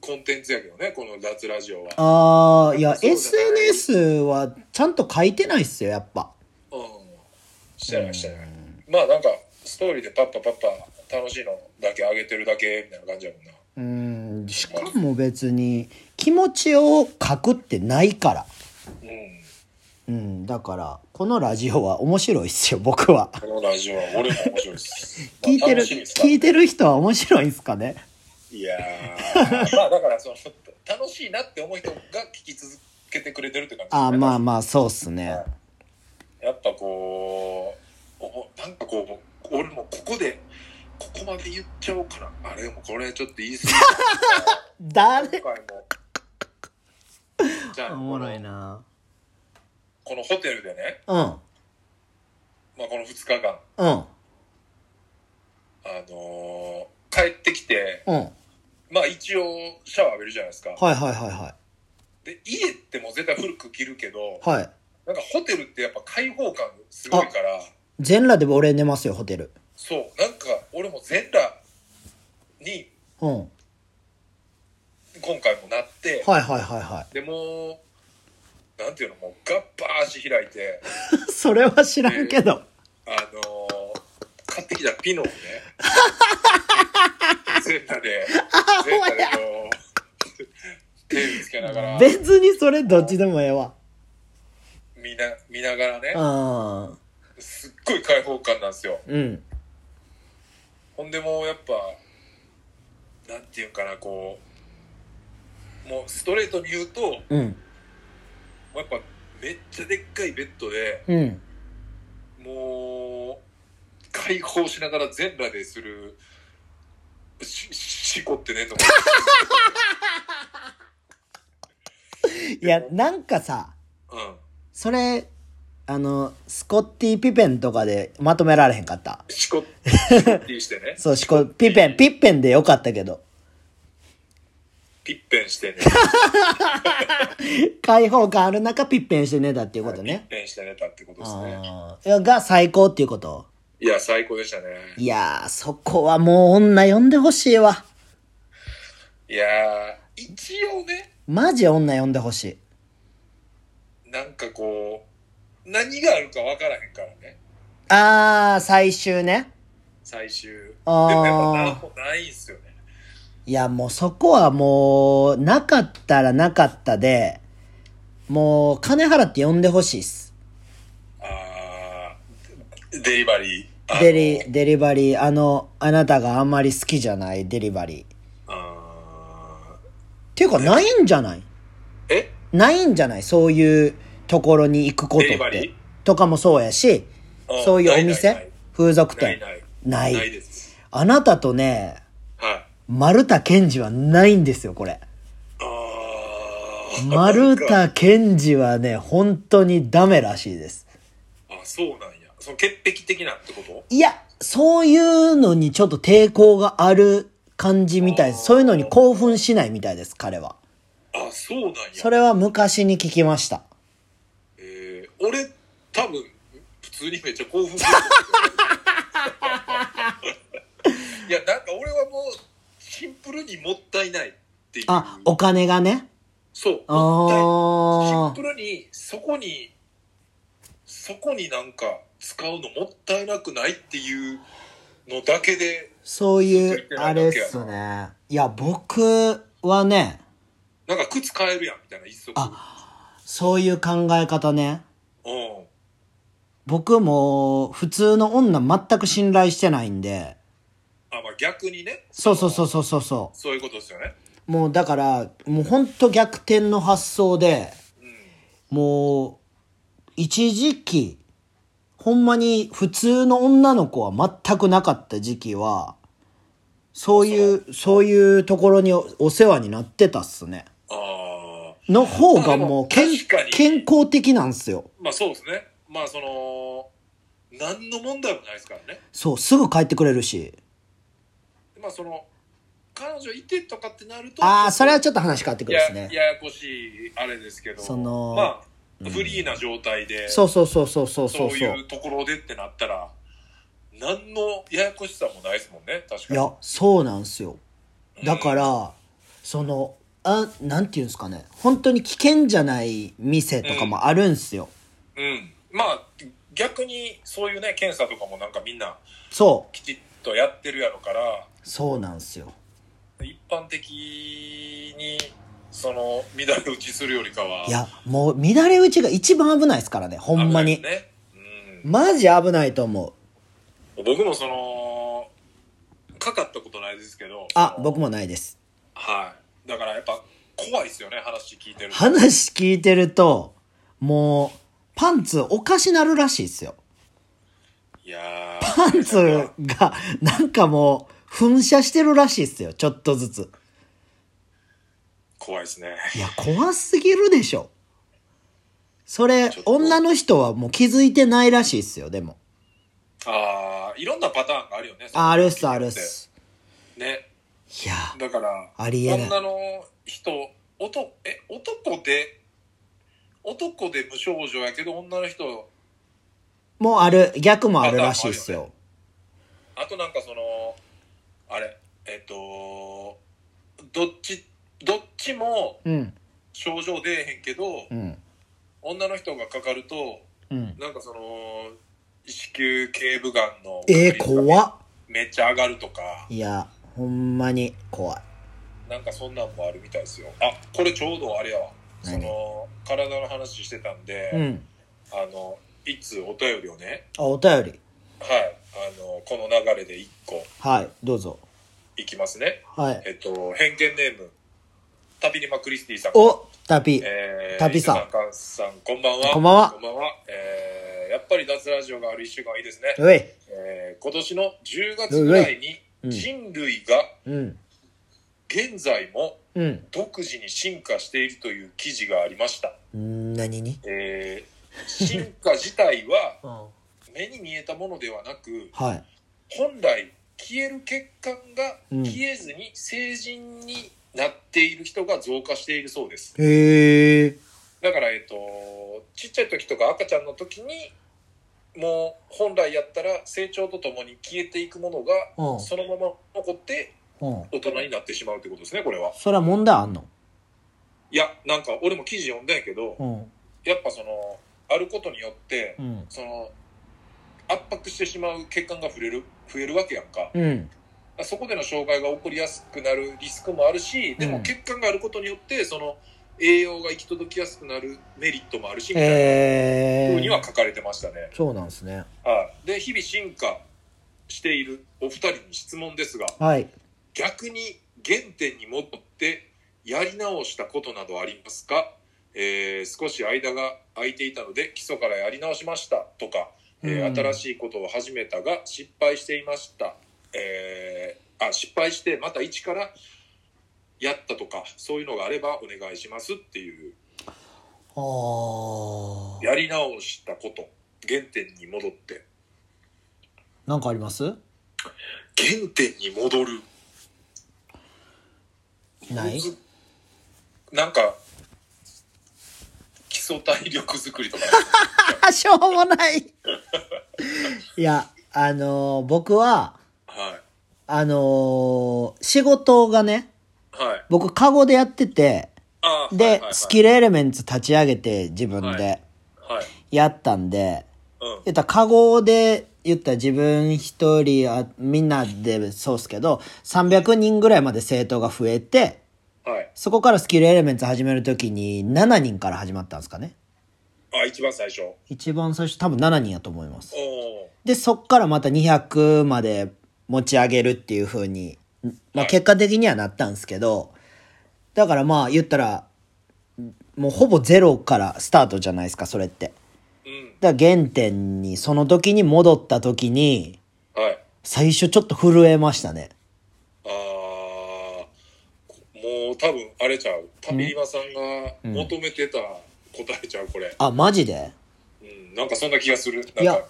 S2: コンテンツやけどねこの脱ラジオは
S1: あー、いや、
S2: そうだね
S1: SNS はちゃんと書いてないっすよ、やっぱ。
S2: うんしてないしてないまあなんかストーリーでパッパパッパ楽しいのだけ上げてるだけみたいな感じやもんな
S1: うん、しかも別に気持ちを書くってないから。
S2: うん
S1: うん、だから、このラジオは面白いっすよ、僕
S2: [LAUGHS]
S1: は。
S2: このラジオは俺も面白いです、まあ
S1: [LAUGHS] 聞いてる、
S2: 楽しみですか
S1: 聞いてる人は面白いんすかね
S2: いやーまあだからその楽しいなって思う人が聞き続けてくれてるって感じですね
S1: あー、まあまあ、そうっすね。
S2: やっぱこうおなんかこう俺もここでここまで言っちゃおうかなあれもこれちょっと言い過ぎた
S1: 誰
S2: 今回もじゃあ
S1: おもろいな
S2: このホテルでね、
S1: うん
S2: まあ、この2日間、
S1: うん
S2: あのー帰ってきて、
S1: うんはい
S2: まあ一応シャワー浴びるじゃないですか。
S1: はいはいは
S2: で、家ってもう絶対古く着るけど、
S1: いはい
S2: なんかホテルってやっぱ開放感すごいから、
S1: 全裸で俺寝ますよホテル
S2: そう、なんか俺も全裸に
S1: うん
S2: 今回もなって、
S1: はいはいはいは
S2: でもう、なんていうの、もうガッパー足開いて、
S1: い [LAUGHS] それは知らんけど
S2: あのー買ってきたピノをね、全裸で、全裸でこう、テレビつけながら、
S1: 別にそれどっちでもええわ
S2: 見な、見ながらね、
S1: あ
S2: すっごい開放感なんですよ。
S1: ーうん
S2: ほんでもうやっぱ、なんていうんかな、こう、もうストレートに言うと、も
S1: うん
S2: うやっぱめっちゃでっかいベッドで、
S1: うん
S2: もう、解放しながら全裸でする、し、しこってねと思
S1: いやなんかさ
S2: って。うん。
S1: それあのスコッティ・ピペンとかでまとめられへんかった
S2: しこ、しこってしてね。 [LAUGHS]
S1: そうしこピペンピッペンでよかったけど
S2: ピッペンしてね。
S1: 開放感ある中ピッペンして寝たっていうこと
S2: ピッ
S1: ね
S2: ペンして寝たってことですね。
S1: あーが最高っていうこと
S2: いや、最高でしたね。
S1: いやーそこはもう女呼んでほしいわ
S2: いやー、一応ね、
S1: マジ女呼んでほしい
S2: なんかこう、何があるか分からへんからね、
S1: あー最終ね
S2: 最終。で
S1: あー
S2: もやっぱ [LAUGHS] なんもないんすよね。
S1: いやもうそこはもうなかったらなかったでもう金払って呼んでほしいっす
S2: あーデリバリー。あの
S1: デリ、デリバリー、あの、あなたがあんまり好きじゃないデリバリー。っ
S2: あ
S1: ていうか、ないんじゃない
S2: ーえ
S1: ないんじゃないそういうところに行くこと
S2: デリ
S1: っ
S2: バリ
S1: て
S2: ー。
S1: とかもそうやし、
S2: うん
S1: そういうお
S2: ないない
S1: 店風俗
S2: ない
S1: 店
S2: ない。
S1: ない
S2: ないです。
S1: あなたとね、
S2: はい。
S1: 丸田健二はないんですよ、これ。
S2: あー
S1: 丸
S2: なんか
S1: 田健二はね、本当にダメらしいです。
S2: あ、そうなんや。その潔癖的なってこと
S1: いや、そういうのにちょっと抵抗がある感じみたいです。そういうのに興奮しないみたいです、彼は。
S2: あ、そうなんや。
S1: それは昔に聞きました。
S2: えー、俺、多分、普通にめっちゃ
S1: [LAUGHS]
S2: 興奮すると思うけど。いや、なんか俺はもう、シンプルにもったいないっていう。
S1: あ、お金がね。
S2: そう、
S1: あ
S2: もったいな
S1: ー
S2: い。シンプルに、そこに、そこになんか使うのもったいなくないっていうのだけで、
S1: そういう、あれっすね。いや、僕はね、
S2: なんか靴買えるやんみたいな、一足。
S1: あそういう考え方ね。
S2: うん。
S1: 僕も、普通の女全く信頼してないんで、
S2: あ、まあ逆にね。
S1: そうそうそうそうそうそ
S2: そういうことですよね。
S1: う。もうだから、もうほんと逆転の発想で、
S2: うん。
S1: もう、一時期、ほんまに普通の女の子は全くなかった時期は、そういう、そういうところにおお世話になってたっすね。
S2: ああ。
S1: の方が
S2: まあで
S1: も
S2: も
S1: う健
S2: 確かに
S1: 健康的なんすよ。
S2: まあそうですね。まあその、何の問題もないですからね。
S1: そう、すぐ帰ってくれるし。
S2: まあその、彼女いてとかってなると、
S1: ああ、それは
S2: ょ
S1: ちょっと話変わって
S2: っ
S1: く
S2: と
S1: るです
S2: や
S1: ね。
S2: ややこしいあれですけど、
S1: その
S2: まあ、フリーな状態で、
S1: そうそうそうそうそう
S2: そ
S1: そううそ。
S2: いううところでってなったら、何のややこしさもないですもんね、確か
S1: い
S2: に。、
S1: や、そうなんすよ。だからら、その、あ、なんていうんですかね。本当に危険じゃない店とかもあるんすよ。
S2: うん。まあ、逆にそういうね、検査とかもなんかみんな
S1: そう。
S2: きちっとやってるやろから、
S1: そうなんすよ。
S2: 一般的に、その、乱れ打ちするよりかは、
S1: いや、もう乱れ打ちが一番危ないですからね、ほんまに。
S2: 危ないですね
S1: マジ危ないと思う。
S2: うん、僕もそのかかったことないですけど
S1: あ
S2: そ、の
S1: 僕もないです。
S2: はいだからやっぱ怖いですよね話聞いてると
S1: 話聞いてると、もう、パンツおかしなるらしいっすよ。
S2: いや
S1: パンツが、なんかもう、噴射してるらしいっすよ、ちょっとずつ。
S2: 怖いですね。
S1: いや、怖すぎるでしょ。それ、女の人はもう気づいてないらしいっすよ、でも。
S2: ああ、いろんなパターンがあるよね。
S1: あ、あるっす、あるっ。す。
S2: ね。
S1: いや、
S2: だから、
S1: ありえない
S2: 女の人、おとえ男で、男で無症状やけど、女の人、
S1: もうある、逆もあるらしいっすよ。
S2: あとなんかその、あれ、えっと、どっち、どっちも
S1: うん、
S2: 症状出えへんけど、
S1: うん、
S2: 女の人がかかると、
S1: うん。
S2: なんかその、子宮頸部がんの、
S1: えー、怖っ。
S2: めっちゃ上がるとか、
S1: いや、ほんまに怖い。
S2: なんかそんなんもあるみたいですよ。あ、これちょうどあれやわ。そ
S1: 何
S2: の、体の話してたんで、
S1: うん。
S2: あの、いつお便りをね、
S1: あ、お便り。
S2: はい、あの、この流れで1個
S1: はい、どうぞ。
S2: いきますね。
S1: はい。
S2: えっと、偏見ネーム、タピリマクリスティさん。
S1: お、旅。
S2: えー、
S1: タピさん
S2: リスナーカンさん、こんばんは。
S1: こんばんは
S2: こんばんは。えー、やっぱり脱ラジオがある1週間はいいですね。
S1: おい。
S2: えー、今年の10月ぐらい
S1: うん
S2: に、人類が
S1: うん、
S2: 現在も
S1: うん。
S2: 独自に進化しているという記事がありました。
S1: んー何に
S2: えー、進化自体は
S1: は
S2: 目に見えたものではなく、
S1: い。
S2: 本来消える血管が
S1: うん
S2: 消えずに成人になっている人が増加しているそうです
S1: へえ。
S2: だからえっとちっちゃい時とか赤ちゃんの時にもう本来やったら成長とともに消えていくもの
S1: う
S2: が
S1: ん
S2: そのまま残って
S1: うん。
S2: 大人になってしまうってことですねこれは
S1: そら問題あんの
S2: いやなんか俺も記事読んだんやけど
S1: うん。
S2: やっぱそのあることによって
S1: うん。
S2: その圧迫してしまう血管が増える増えるわけやんか、
S1: うん。
S2: そこでの障害が起こりやすくなるリスクもあるし、で
S1: う
S2: も
S1: ん
S2: 血管があることによって、その栄養が行き届きやすくなるメリットもあるし、みたいな
S1: え
S2: 風には
S1: ー。
S2: 書かれてましたね。
S1: そうなんですね。
S2: はい。で、日々進化しているお二人に質問ですが、
S1: はい。
S2: 逆に原点に戻ってやり直したことなどありますか、えー少し間が空いていたので基礎からやり直しましたとか、えー
S1: うん
S2: 新しいことを始めたが失敗していました、えーあ失敗してまた一からやったとかそういうのがあればお願いしますっていう
S1: あー。
S2: やり直したこと原点に戻って
S1: なんかあります
S2: 原点に戻る
S1: ない
S2: なんか基礎体力作りと
S1: [LAUGHS]
S2: か
S1: あ、しょうもない。いや、あのー僕は、
S2: はい
S1: あのー仕事がね、
S2: はい。
S1: 僕、カゴでやってて、
S2: あー
S1: で、
S2: はいはいはい
S1: スキルエレメンツ立ち上げて自分
S2: は
S1: で
S2: いはい。
S1: やったんで、
S2: うん。
S1: 言ったらカゴで言ったら自分一人あみんなでそうっすけど300人ぐらいまで生徒が増えて
S2: はい。
S1: そこからスキルエレメンツ始めるときに7人から始まったんですかね
S2: あ、一番最初。お
S1: 一番最初多分7人やと思います
S2: お
S1: でそっからまた200まで持ち上げるっていう風に、まあ、結果的にはなったんですけどだからまあ言ったらもうほぼゼロからスタートじゃないですかそれって
S2: ー。うん。
S1: だから原点にその時に戻った時に
S2: はい。
S1: 最初ちょっと震えましたね
S2: あーもう多分、あれちゃう。タミリマさんが求めてた答えちゃう、これ。
S1: あマジで
S2: うん。なんかそんな気がする。ないん
S1: や
S2: か、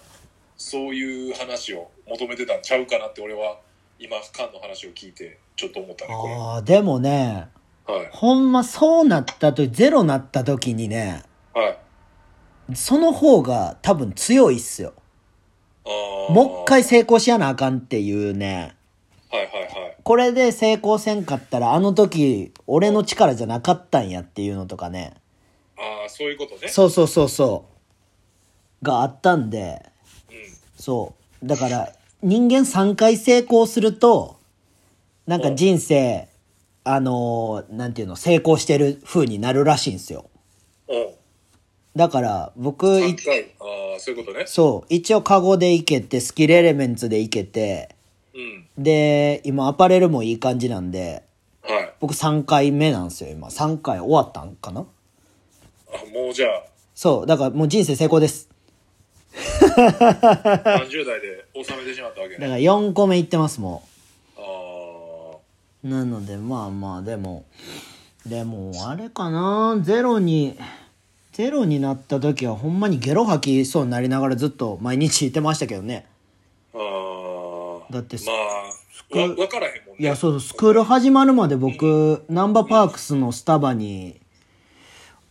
S2: そういう話を求めてたんちゃうかなって、俺は、今、カンの話を聞いて、ちょっと思ったね、こ
S1: ああでもね
S2: れ。はい。
S1: ほんまそうなった時ゼロなった時にね
S2: はい。
S1: その方が多分強いっすよ
S2: あー
S1: もう一。回成功しやなあかんっていうね
S2: はいはいはい。
S1: これで成功せんかったらあの時俺の力じゃなかったんやっていうのとかね
S2: ああ、そういうことね。
S1: そうそうそうそうがあったんで
S2: うん。
S1: そうだから人間3回成功するとなんか人生あのーなんていうの成功してる風になるらしいんですよ
S2: うん。
S1: だから僕い
S2: 一回。ああ、そういうことね。
S1: そう一応カゴでいけてスキルエレメンツでいけて
S2: うん。
S1: で今アパレルもいい感じなんで
S2: はい。
S1: 僕3回目なんですよ今3回終わったんかな
S2: あもうじゃ
S1: [LAUGHS] そうだからもう人生成功です
S2: あ30代で収めてしまったわけ
S1: だか
S2: ね
S1: ら4個目いってますも
S2: ああは
S1: うなのでまあまあでもでもあれかなゼロにゼロになった時はほんまにゲロ吐きそうになりながらずっと毎日いてましたけどね
S2: あー
S1: だって
S2: ま
S1: ク
S2: あわ分からへんもんね
S1: いやそうそうスクール始まるまで僕ナンバーパークスのスタバに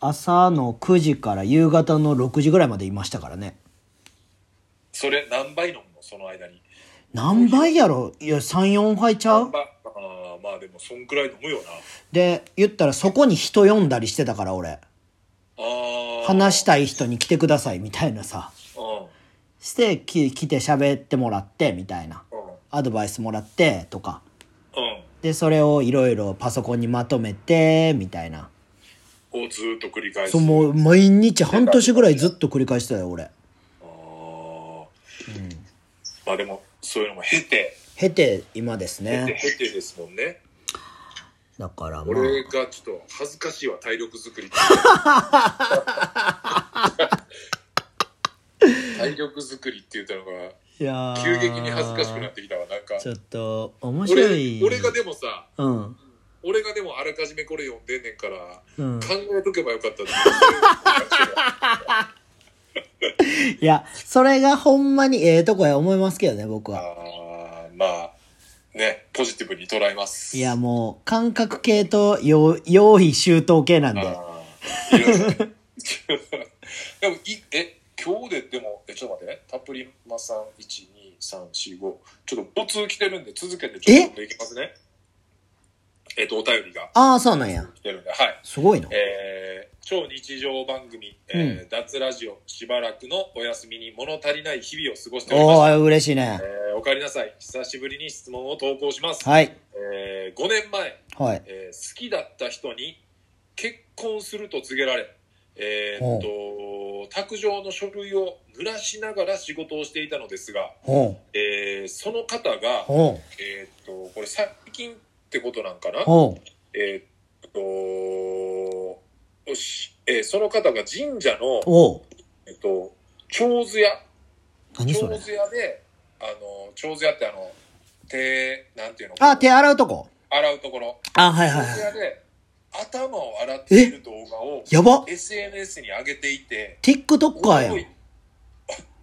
S1: 朝の9時から夕方の6時ぐらいまでいましたからね
S2: それ何倍飲むのその間に
S1: 何倍やろいや34杯ちゃ
S2: 何
S1: う
S2: 倍あーまあでもそんくらい飲むよな
S1: で言ったらそこに人読んだりしてたから俺
S2: ああ
S1: 話したたい人に来てくださいみたいなさ
S2: うん
S1: してき来て喋ってもらってみたいな
S2: うん
S1: アドバイスもらってとか
S2: うん
S1: でそれをいろいろパソコンにまとめてみたいな
S2: をずーっと繰り返す
S1: そうもう毎日半年ぐらいずっと繰り返してたよ俺
S2: あーまあでもそういうのも経て
S1: 経て今です
S2: 経て
S1: ね
S2: 経てですもんね
S1: だからまあ
S2: 俺がちょっと恥ずかしいわ体
S1: [LAUGHS]
S2: 力作り体力作りって言ったのが
S1: いやー
S2: 急激に恥ずかしくなってきたわなんか
S1: ちょっと面白い
S2: 俺俺がでもさ
S1: うん
S2: 俺がでもあらかじめこれ読んでんねんから、
S1: うん
S2: 考えとけばよかったって
S1: いやそれがほんまにええとこや思いますけどね僕は
S2: あーまあねポジティブに捉えます
S1: いやもう感覚系と用用意周到系なんで
S2: あーいろいろねでもい [LAUGHS] え今日ででもえちょっと待ってねたっぷりまさん12345ちょっとボツ来てるんで続けてちょっと読んでいきますねえっとお便りが
S1: ああそうなんや
S2: 来てるんではい
S1: すごいな
S2: えー超日常番組、えー脱ラジオしばらくのお休みに物足りない日々を過ごしており
S1: お
S2: ます、
S1: お嬉しいね
S2: えーおかえりなさい久しぶりに質問を投稿します、
S1: はい
S2: え5年前、
S1: はい
S2: えー好きだった人に結婚すると告げられえーっと卓上の書類を濡らしながら仕事をしていたのですが、
S1: ほう
S2: えーその方が、
S1: ほう
S2: えーっとこれ最近ってことなんかな、
S1: ほう
S2: えーっと、よし、えーその方が神社の、
S1: おう
S2: えっと、長寿屋、
S1: 何そ
S2: 長
S1: れ
S2: 寿屋で、あの、長寿屋ってあの、手、なんていうの
S1: あ手洗うとこ
S2: 洗うところ、
S1: あはい
S2: 長
S1: はい
S2: 寿
S1: は
S2: 屋で、頭を洗っている動画を
S1: いやば
S2: SNS に上げていて、
S1: TikToker やん
S2: い、 [LAUGHS]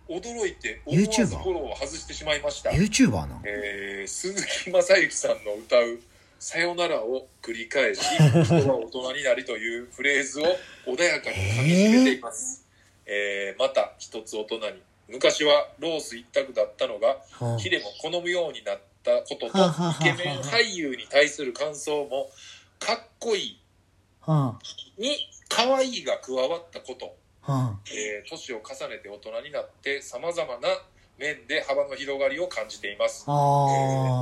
S2: 驚いて、思わず
S1: YouTuber
S2: フォローを外してしまいました。
S1: YouTuber なの
S2: えー鈴木雅之さんの歌う「さよなら」を繰り返し「人は大人になり」というフレーズを穏やかに噛みしめています、えーまた一つ大人に昔はロース一択だったのが
S1: うん
S2: ヒレも好むようになったことと
S1: はあはあはあはあ
S2: イケメン俳優に対する感想もかっこいい
S1: うん
S2: に可愛いが加わったこと
S1: うん
S2: えー年を重ねて大人になってさまざまな面で幅の広がりを感じています
S1: あ
S2: えー
S1: ー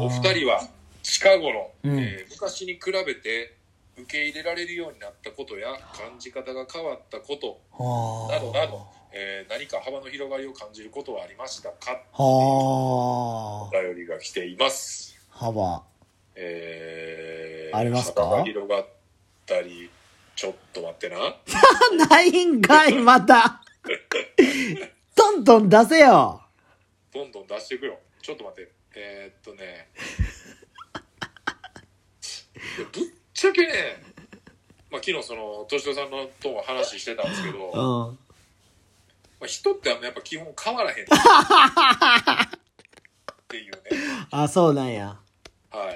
S2: お二人は近頃、
S1: うん
S2: えー昔に比べて受け入れられるようになったことや感じ方が変わったこと、
S1: はあ
S2: などなどえー何か幅の広がりを感じることはありましたか
S1: は
S2: お
S1: あ
S2: 便りが来ています、
S1: 幅
S2: えー
S1: ありますか
S2: 幅が広がったりちょっと待ってな
S1: ないんかいまたトントン出せよ
S2: どんどん出していくよちょっと待ってえーっとねいやぶっちゃけね、まあ、昨日その敏夫さんのとも話してたんですけど、
S1: うん
S2: まあ、人ってやっぱ基本変わらへんっていうね
S1: あそうなんや
S2: は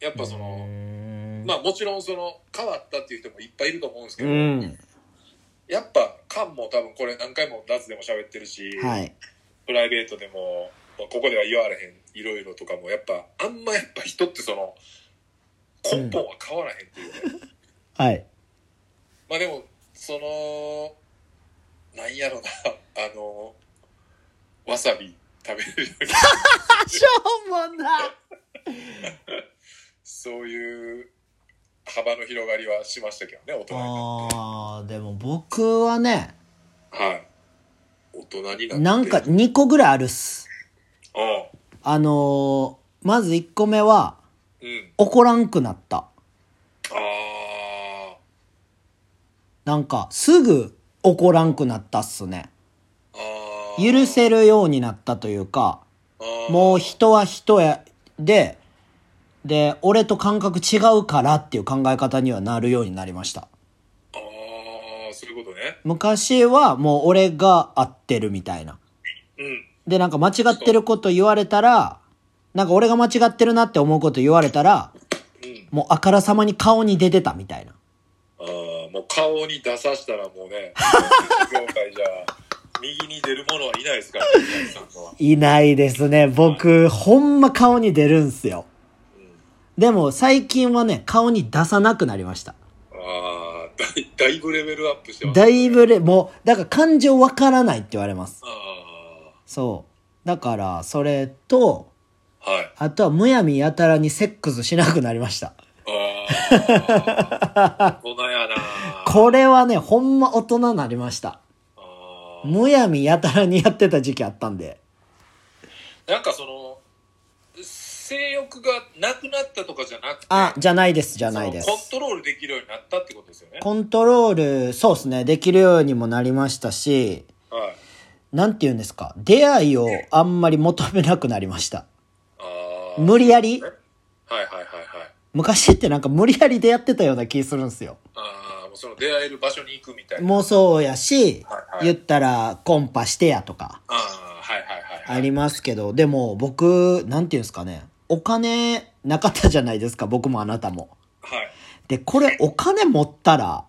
S2: いやっぱそうの
S1: ん
S2: まあもちろんその変わったっていう人もいっぱいいると思うんですけ
S1: う
S2: ど、
S1: ん
S2: やっぱカンも多分これ何回もダーツでも喋ってるし、
S1: はい
S2: プライベートでも、まあ、ここでは言われへんいろいろとかもやっぱあんまやっぱ人ってその根本は変わらへんっていうね、
S1: はい
S2: まあでもそのなんやろな [LAUGHS] あのわさび食べる時
S1: しょうもな
S2: そういう幅の広がりはしましたけどね、大人になって。
S1: あーでも僕はね
S2: はい。大人になって。
S1: なんか
S2: うん。
S1: 2個ぐらいあるっすあのー、まず1個目は
S2: うん。
S1: 怒らんくなった
S2: あ
S1: なんかすぐ怒らんくなったっすね
S2: ーあー。
S1: 許せるようになったというか
S2: あー
S1: もう人は人やでで、俺と感覚違うからっていう考え方にはなるようになりました。
S2: ああ、そういうことね。
S1: 昔はもう俺が合ってるみたいな。
S2: うん。
S1: で、なんか間違ってること言われたら、なんか俺が間違ってるなって思うこと言われたら、
S2: うん。
S1: もうあからさまに顔に出てたみたいな。
S2: ああ、もう顔に出さしたらもうね、 [LAUGHS] 業界じゃ、右に出る者はいないですから、ね、さんは。
S1: いないですね。僕、ほんま顔に出るんすよ。
S2: うん。
S1: でも最近はね、顔に出さなくなりました。
S2: ああ、だいだいぶレベルアップしてます。
S1: だいぶれ、もう、だから感情わからないって言われます。
S2: あ
S1: そう。だから、それと、
S2: あ、はい。
S1: あとはむやみやたらにセックスしなくなりました。
S2: ああ、大人やなあ
S1: これはね、ほんま大人になりました。
S2: あ
S1: むやみやたらにやってた時期あったんで。
S2: なんかその、性欲がなくなったとかじゃなくて、
S1: あ、じゃないです、じゃ
S2: その
S1: ないです。
S2: コントロールできるようになったってことですよね。
S1: コントロール、そうですね、できるようにもなりましたし、
S2: はい。
S1: なんて言うんですか、出会いをあんまり求めなくなりました。
S2: ああ。
S1: 無理やり
S2: はいはいはいはい。
S1: 昔ってなんか無理やり出会ってたような気するんですよ。
S2: ああ、もうその出会える場所に行くみたいな。
S1: もうそうやし、
S2: はいはい
S1: 言ったらコンパしてやとか
S2: ああ、はいはいはい、はい。
S1: ありますけど、でも僕、なんて言うんですかね、お金なかったじゃないですか、僕もあなたも。
S2: はい。
S1: で、これお金持ったら、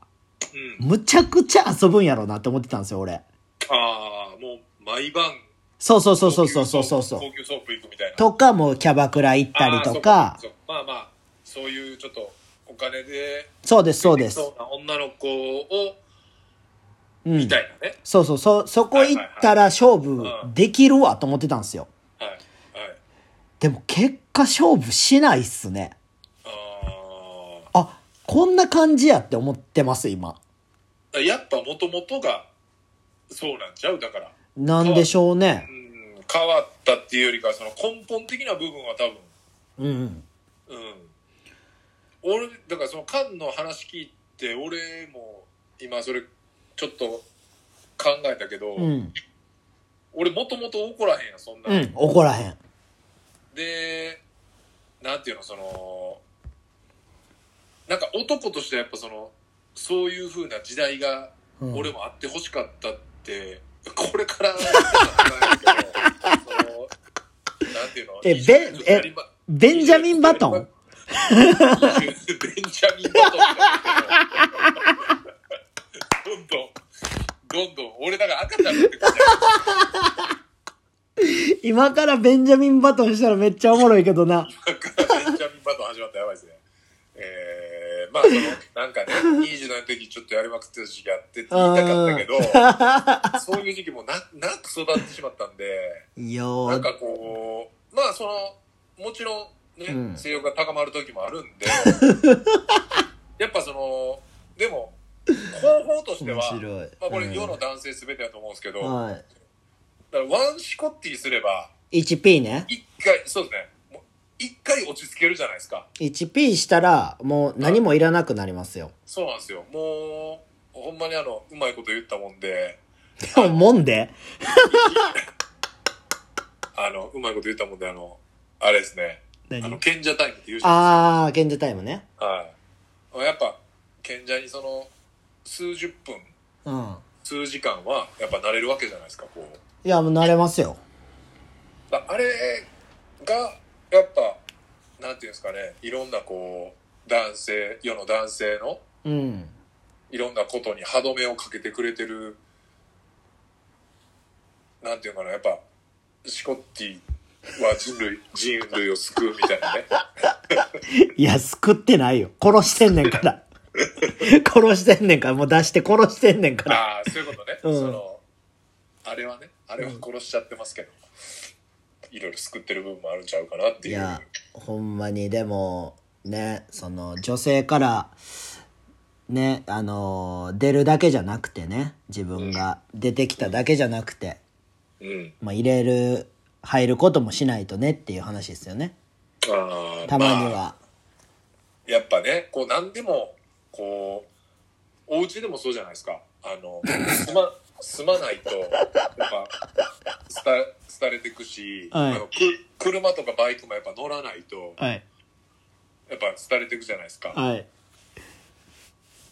S2: うん。
S1: むちゃくちゃ遊ぶんやろうなって思ってたんですよ、俺。
S2: ああ、もう毎晩、
S1: そうそうそうそうそうそうそうそう。
S2: 高級ソープ行くみたいな。
S1: とか、もうキャバクラ行ったりと
S2: あー
S1: か、
S2: そうそうまあまあ、そういうちょっとお金で、
S1: そうです、そうです。
S2: うな女の子を、
S1: うん
S2: みたいなね。
S1: そうそう、そ、そこ行ったら勝負できるわと思ってたんですよ。
S2: はい。はい。
S1: でも結果勝負しないっすね。
S2: あ
S1: あ、こんな感じやって思ってます、今。
S2: あ。やっぱ元々が、そうなんちゃうだから。
S1: なんでしょう
S2: う
S1: ね。
S2: ん、変わったっていうよりか、その根本的な部分は多
S1: うん。
S2: 分、うん。俺、だからその菅の話聞いて、俺も今それちょっと考えたけど、
S1: うん。
S2: 俺もともと怒らへんやん、そんな。
S1: うん。怒らへん。
S2: で、なんていうの、その、なんか男としてはやっぱその、そういう風な時代が
S1: うん、
S2: 俺もあってほしかったって、 [LAUGHS] こ
S1: [LAUGHS]
S2: れから、そのなんていうの
S1: え
S2: 20
S1: ベンえ
S2: やりま
S1: ベンジャミン・バトン。
S2: ベンジャミン・バトンみたいな。どんどん、どんどん、俺だから赤ちゃんになってくるじ
S1: 今からベンジャミン・バトンしたらめっちゃおもろいけどな。
S2: ゃんベンジャミン・バトン始まったらやばいですね。えー、まあその、なんかね、27の時ちょっとやりまくってた時期あってって言いたか
S1: [LAUGHS]
S2: ったけど、そういう時期もな、なく育ってしまったんで、
S1: よ
S2: なん
S1: ー。
S2: かこう、まあその、もちろんね、
S1: うん
S2: 性欲が高まる時もあるん
S1: [LAUGHS]
S2: で、やっぱその、でも、方法としては
S1: 面、白い。
S2: まあこれ世の
S1: う
S2: 男性全てだと思うんですけど、
S1: ん
S2: だか
S1: は
S2: らワンシコッティすれば、
S1: い。1P ね。
S2: 一回、そうですね、もう一回落ち着けるじゃないですか。
S1: 1P したら、もう何もいらなくなりますよ。 [LAUGHS]
S2: そうなんですよ。もう、ほんまにあの、うまいこと言ったもんで、
S1: でも、もんで。
S2: あの、うまいこと言ったもんで、あの、あれですね、あの、
S1: 何
S2: 賢者タイムって言うじゃないですか
S1: あー、賢者タイムね。
S2: はい。やっぱ、賢者にその、数十分、
S1: うん。
S2: 数時間は、やっぱ慣れるわけじゃないですか、こう。
S1: いや、もう慣れますよ。
S2: だあれが、やっぱ、なんていうんですかね、いろんなこう、男性、世の男性の、
S1: うん。
S2: いろんなことに歯止めをかけてくれてる、なんていうのかな、やっぱ、シコッティは人類、人類を救うみた
S1: [LAUGHS]
S2: いなね。
S1: いや、救ってないよ。殺してんねん [LAUGHS] から。殺してんねんから。もう出して殺してんねんから。
S2: ああ、そういうことね。
S1: うん
S2: その、あれはね、あれは殺しちゃってますけど、いろいろ救ってる部分もあるんちゃうかなって
S1: い
S2: いう。
S1: や、ほんまに、でも、ね、その、女性から、ね、あの、出るだけじゃなくてね、自分が出てきただけじゃなくて、
S2: うん。
S1: まあ、入れる、入ることもしないとねっていう話ですよね。
S2: ああ
S1: たまに
S2: あ、
S1: は。
S2: やっぱね、こう、何でも、こう、お家でもそうじゃないですか。あの、すま、すまないと、やっぱ、廃廃れてくし、
S1: はい
S2: あのく車とかバイクもやっぱ乗らないと、
S1: はい。
S2: ぱり廃れていくじゃないですか。
S1: はい。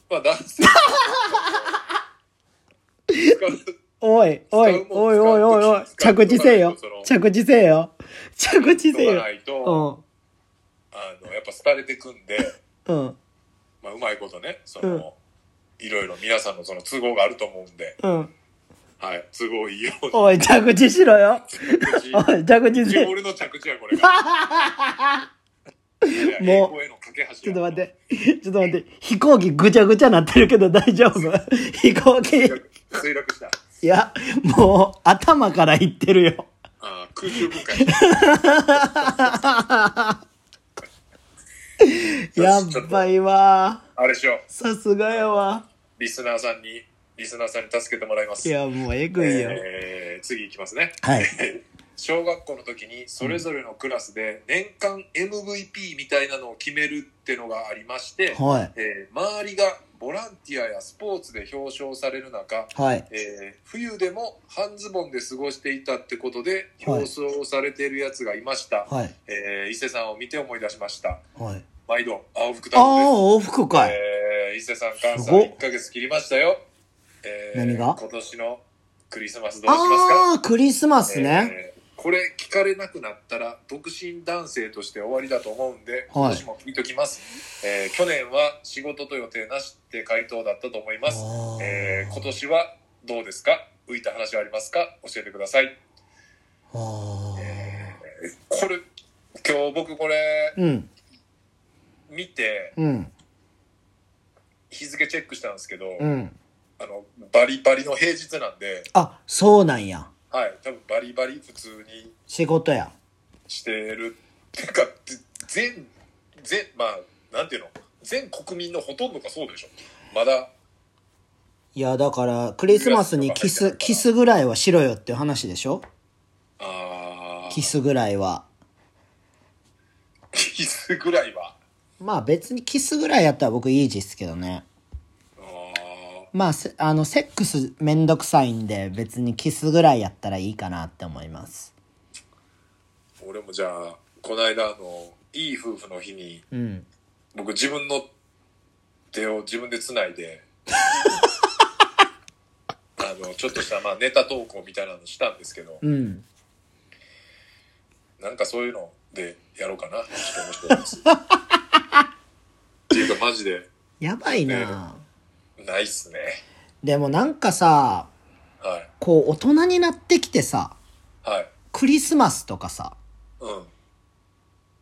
S2: まあ男性は使う
S1: おい、お
S2: 使、
S1: いう
S2: もん
S1: おい、おい、おい、おい、
S2: 使うも
S1: 着
S2: ん
S1: 地せえよ
S2: 使うもん。
S1: 着地せえよ。着地せえ
S2: 人が
S1: よ
S2: な。いうと、
S1: ん
S2: あの、やっぱ廃れていくんで、。
S1: うん。
S2: まあ、うまいことね、その、いろいろ皆さんのその都合があると思うんで、
S1: うん。
S2: はい、都合いいように。
S1: おい、着地しろよ。
S2: 着地
S1: おい、着地せえ。
S2: 俺の着地や、
S1: [LAUGHS]
S2: これが。い
S1: も
S2: や
S1: う
S2: 英語への架け橋や
S1: ちょっと待って。ちょっと待って。飛行機ぐちゃぐちゃなってるけど大丈夫飛行機。
S2: 墜落した。
S1: いや、もう頭からいってるよ。
S2: あー空中分解した。
S1: [LAUGHS] やっばいわ。
S2: あれしよう。
S1: さすがやわ。
S2: リスナーさんに、リスナーさんに助けてもらいます。
S1: いや、もうえぐいよ。
S2: えー次いきますね。
S1: はい。
S2: 小学校の時にそれぞれのクラスで年間 MVP みたいなのを決めるってのがありまして、
S1: はい。
S2: えー周りがボランティアやスポーツで表彰される中、
S1: はい。
S2: えー冬でも半ズボンで過ごしていたってことで
S1: はい
S2: 表彰されているやつがいました、
S1: はい。
S2: えー伊勢さんを見て思い出しました
S1: はい。
S2: 毎度青福太
S1: ああ、
S2: 郎
S1: 往復
S2: です、
S1: かい。
S2: えー伊勢さん関
S1: す
S2: 西
S1: ごっ
S2: 1ヶ月切りましたよ、えー
S1: 何が
S2: 今年のクリスマスどうしますか
S1: ああ、クリスマスね。
S2: えーこれ聞かれなくなったら独身男性として終わりだと思うんで、今年も聞いときます、えー去年は仕事と予定なしって回答だったと思います、
S1: あー
S2: えー今年はどうですか浮いた話はありますか教えてください
S1: あ
S2: これ今日僕これ
S1: ーうん。
S2: 見て
S1: うん。
S2: 日付チェックしたんですけど、
S1: うん。
S2: あのバリバリの平日なんで
S1: あ、そうなんや。
S2: はい多分バリバリ普通に
S1: 仕事や。
S2: してるてかぜ全全まあなんていうの全国民のほとんどがそうでしょまだ
S1: いや、だから、クリスマスにキス、キスぐらいはしろよっていう話でしょ
S2: あー
S1: キスぐらいは。
S2: キスぐらいは
S1: まあ別にキスぐらいやったら僕いいですけどね。
S2: あ
S1: まあ、せあの、セックスめんどくさいんで、別にキスぐらいやったらいいかなって思います。
S2: ー俺もじゃあこの間あのいい夫婦の日に
S1: うん。
S2: 僕自分の手を自分でつない
S1: [LAUGHS]
S2: であのちょっとした、まあ、ネタ投稿みたいなのしたんですけど
S1: うん。
S2: なんかそういうのでやろうかなちょっと面白いです
S1: [LAUGHS]
S2: っていうかマジで
S1: やばいな
S2: ないっすね
S1: でもなんかさ、
S2: はい
S1: こう大人になってきてさ、
S2: はい
S1: クリスマスとかさ、
S2: うん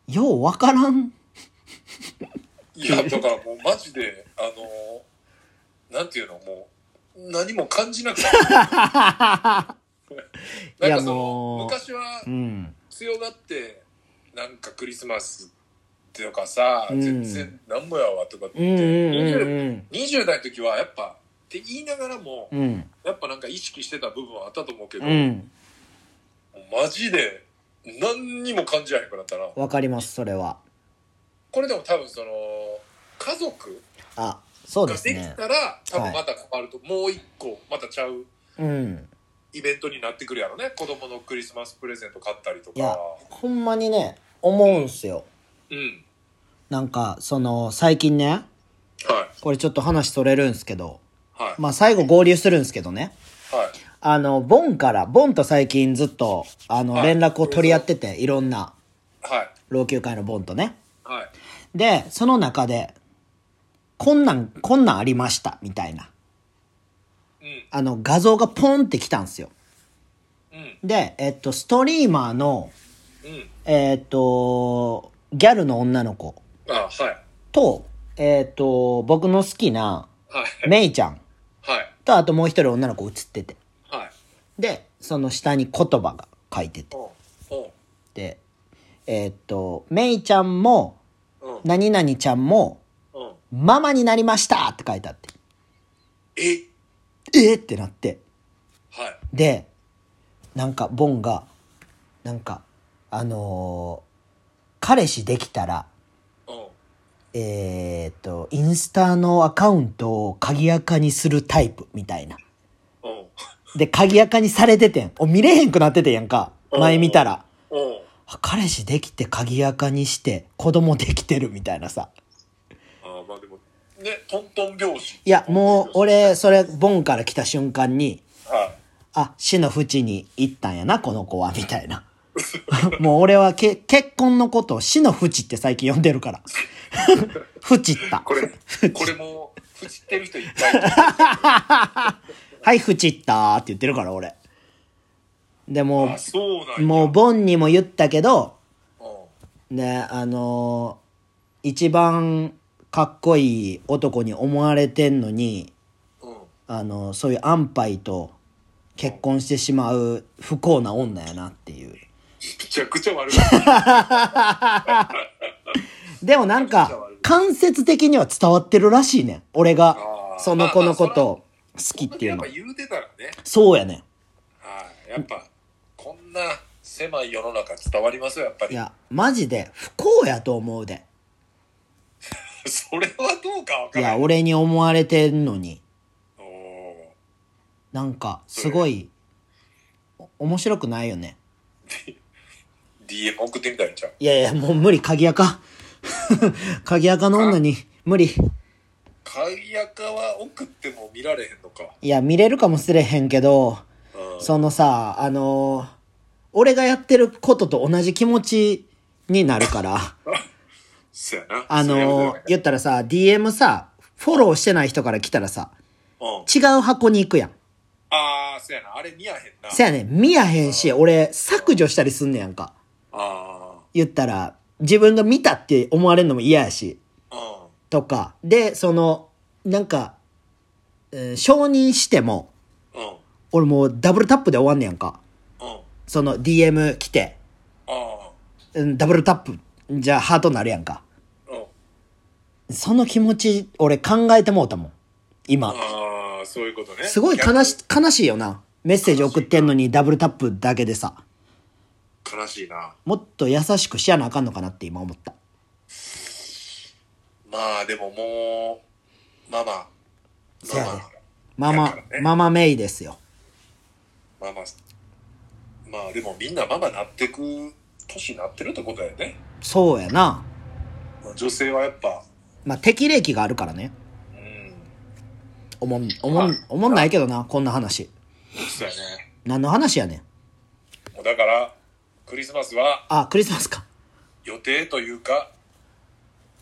S1: ようわからん。
S2: いやだからもうマジであのなんていうのもう何も感じ
S1: [LAUGHS]
S2: なくな
S1: い
S2: るなん
S1: や
S2: かそ
S1: もう
S2: の昔は
S1: うん。
S2: 強がってなんかクリスマスっていうかさ、
S1: うん
S2: 全然なんもやわとかって、
S1: うんうん
S2: 20
S1: うん
S2: 20代の時はやっぱって言いながらも、
S1: うん。うん。
S2: やっぱなんか意識してた部分はあったと思うけど、
S1: うん。
S2: マジで何にも感じらへんくなったな
S1: わかります、それは。
S2: これでも多分その家族
S1: あ、そう
S2: が
S1: で
S2: ですき
S1: ね。
S2: たら、多分また変わると、もう一個またちゃう
S1: うん。
S2: イベントになってくるやろね子供のクリスマスプレゼント買ったりと
S1: いや
S2: か、
S1: ほんまにね、思うんすよ。
S2: うん
S1: なんか、その、最近ね、
S2: はい
S1: これちょっと話それるんすけど、
S2: はい、
S1: まあ最後合流するんすけどね。
S2: はい
S1: あの、ボンから、ボンと最近ずっと、あの、
S2: はい
S1: 連絡を取り合ってて、いろんな、
S2: はい
S1: 老朽会のボンとね。
S2: はい
S1: で、その中で、こんなん、こんなんありました、みたいな。
S2: うん
S1: あの、画像がポンって来たんですよ。
S2: うん
S1: で、えっと、ストリーマーの、
S2: うん
S1: えっと、ギャルの女の子
S2: あはい
S1: と、えっと、僕の好きな、
S2: はい
S1: メイちゃん
S2: はい
S1: と、あともう一人女の子映ってて。
S2: はい
S1: で、その下に言葉が書いてて。
S2: おお
S1: で、えっと、メイちゃんも、
S2: うん
S1: 何々ちゃんも、
S2: うん
S1: ママになりましたって書いてあって。
S2: え
S1: えーってなって。
S2: はい
S1: で、なんか、ボンが、なんか、あのー彼氏できたら、
S2: うん
S1: えーっと、インスタのアカウントを鍵垢にするタイプ、みたいな。
S2: うん
S1: で、鍵垢にされててん。お、見れへんくなっててんやんか。前見たら。
S2: うん
S1: 彼氏できて鍵垢にして子供できてるみたいなさ。
S2: ああ、まあでも、ね、トントン拍子。
S1: いや、もう俺、それ、ボンから来た瞬間に、
S2: は
S1: あ、死の淵に行ったんやな、この子は、みたいな。 [LAUGHS] もう俺はけ結婚のことを死の淵って最近呼んでるから。 [LAUGHS] 淵った
S2: い。。これ、これも、ふちってる人いっぱいいる。
S1: はい、淵ったーって言ってるから、俺。でも
S2: あ、、そうなんや。
S1: もうボンにも言ったけど、
S2: う
S1: ね、あのー一番かっこいい男に思われてんのに、
S2: ん。うん。
S1: あのそういう安牌と結婚してしまう不幸な女やなっていう
S2: めちゃくちゃ悪い。あ
S1: でもなんか間接的には伝わってるらしいねん俺が
S2: あー
S1: その子のことを好きってい
S2: や
S1: う
S2: っ
S1: の
S2: ぱ言うてたらね、
S1: そうやね
S2: はい。やっぱ、こんな狭い世の中伝わりますよ、やっぱ
S1: んい
S2: り。
S1: やマジで不幸やと思うで
S2: それはどうかわ
S1: い
S2: から
S1: や
S2: ない。
S1: 俺に思われてんのに
S2: おー
S1: なんかすごいお面白くないよね
S2: DM 送ってみたらいいんちゃう
S1: いやいやもう無理鍵垢 [LAUGHS] 鍵垢の女に無理
S2: 鍵垢は送っても見られへんのか。
S1: いや見れるかもしれへんけど
S2: うん。
S1: そのさ、あのー俺がやってることと同じ気持ちになるから、
S2: そやな。
S1: あのー
S2: それ
S1: 言
S2: は
S1: ったらさ、DM さ、フォローしてない人から来たらさ、
S2: どうやうん。
S1: 違う箱に行くやん。
S2: ああ、そやな。あれ見やへんな。
S1: せやねん、見やへんし、俺削除したりすんねやんか。
S2: あ
S1: 言ったら、自分が見たって思われるのも嫌やし、
S2: あ。うん。
S1: とか。で、その、なんか、うん承認しても、
S2: うん。うん。
S1: 俺もうダブルタップで終わんねやんか。
S2: あ
S1: その DM 来て、
S2: あ。
S1: うんダブルタップ、じゃあハートになるやんか。
S2: うん。
S1: その気持ち、俺考えてもうたもん。今。
S2: ああ、そういうことね。
S1: すごい悲し、悲しいよな。メッセージ送ってんのにダブルタップだけでさ。
S2: 逆に悲しいな。
S1: もっと優しくしやなあかんのかなって今思った。
S2: まあでももう、ママ、
S1: せ
S2: マ
S1: や
S2: マ
S1: で、ママ、ママメイですよ。
S2: ママ、まあでもみんなママなってく、年になってるってことだよね。
S1: そうやな。
S2: まあ女性はやっぱ、
S1: まあ、適齢期があるからね。
S2: うん、
S1: おもん、おもん、おもんないけどな、こんな話。
S2: そうやね。
S1: 何の話やねん。
S2: もうだから、クリスマスは
S1: あ、クリスマスか。
S2: 予定というか、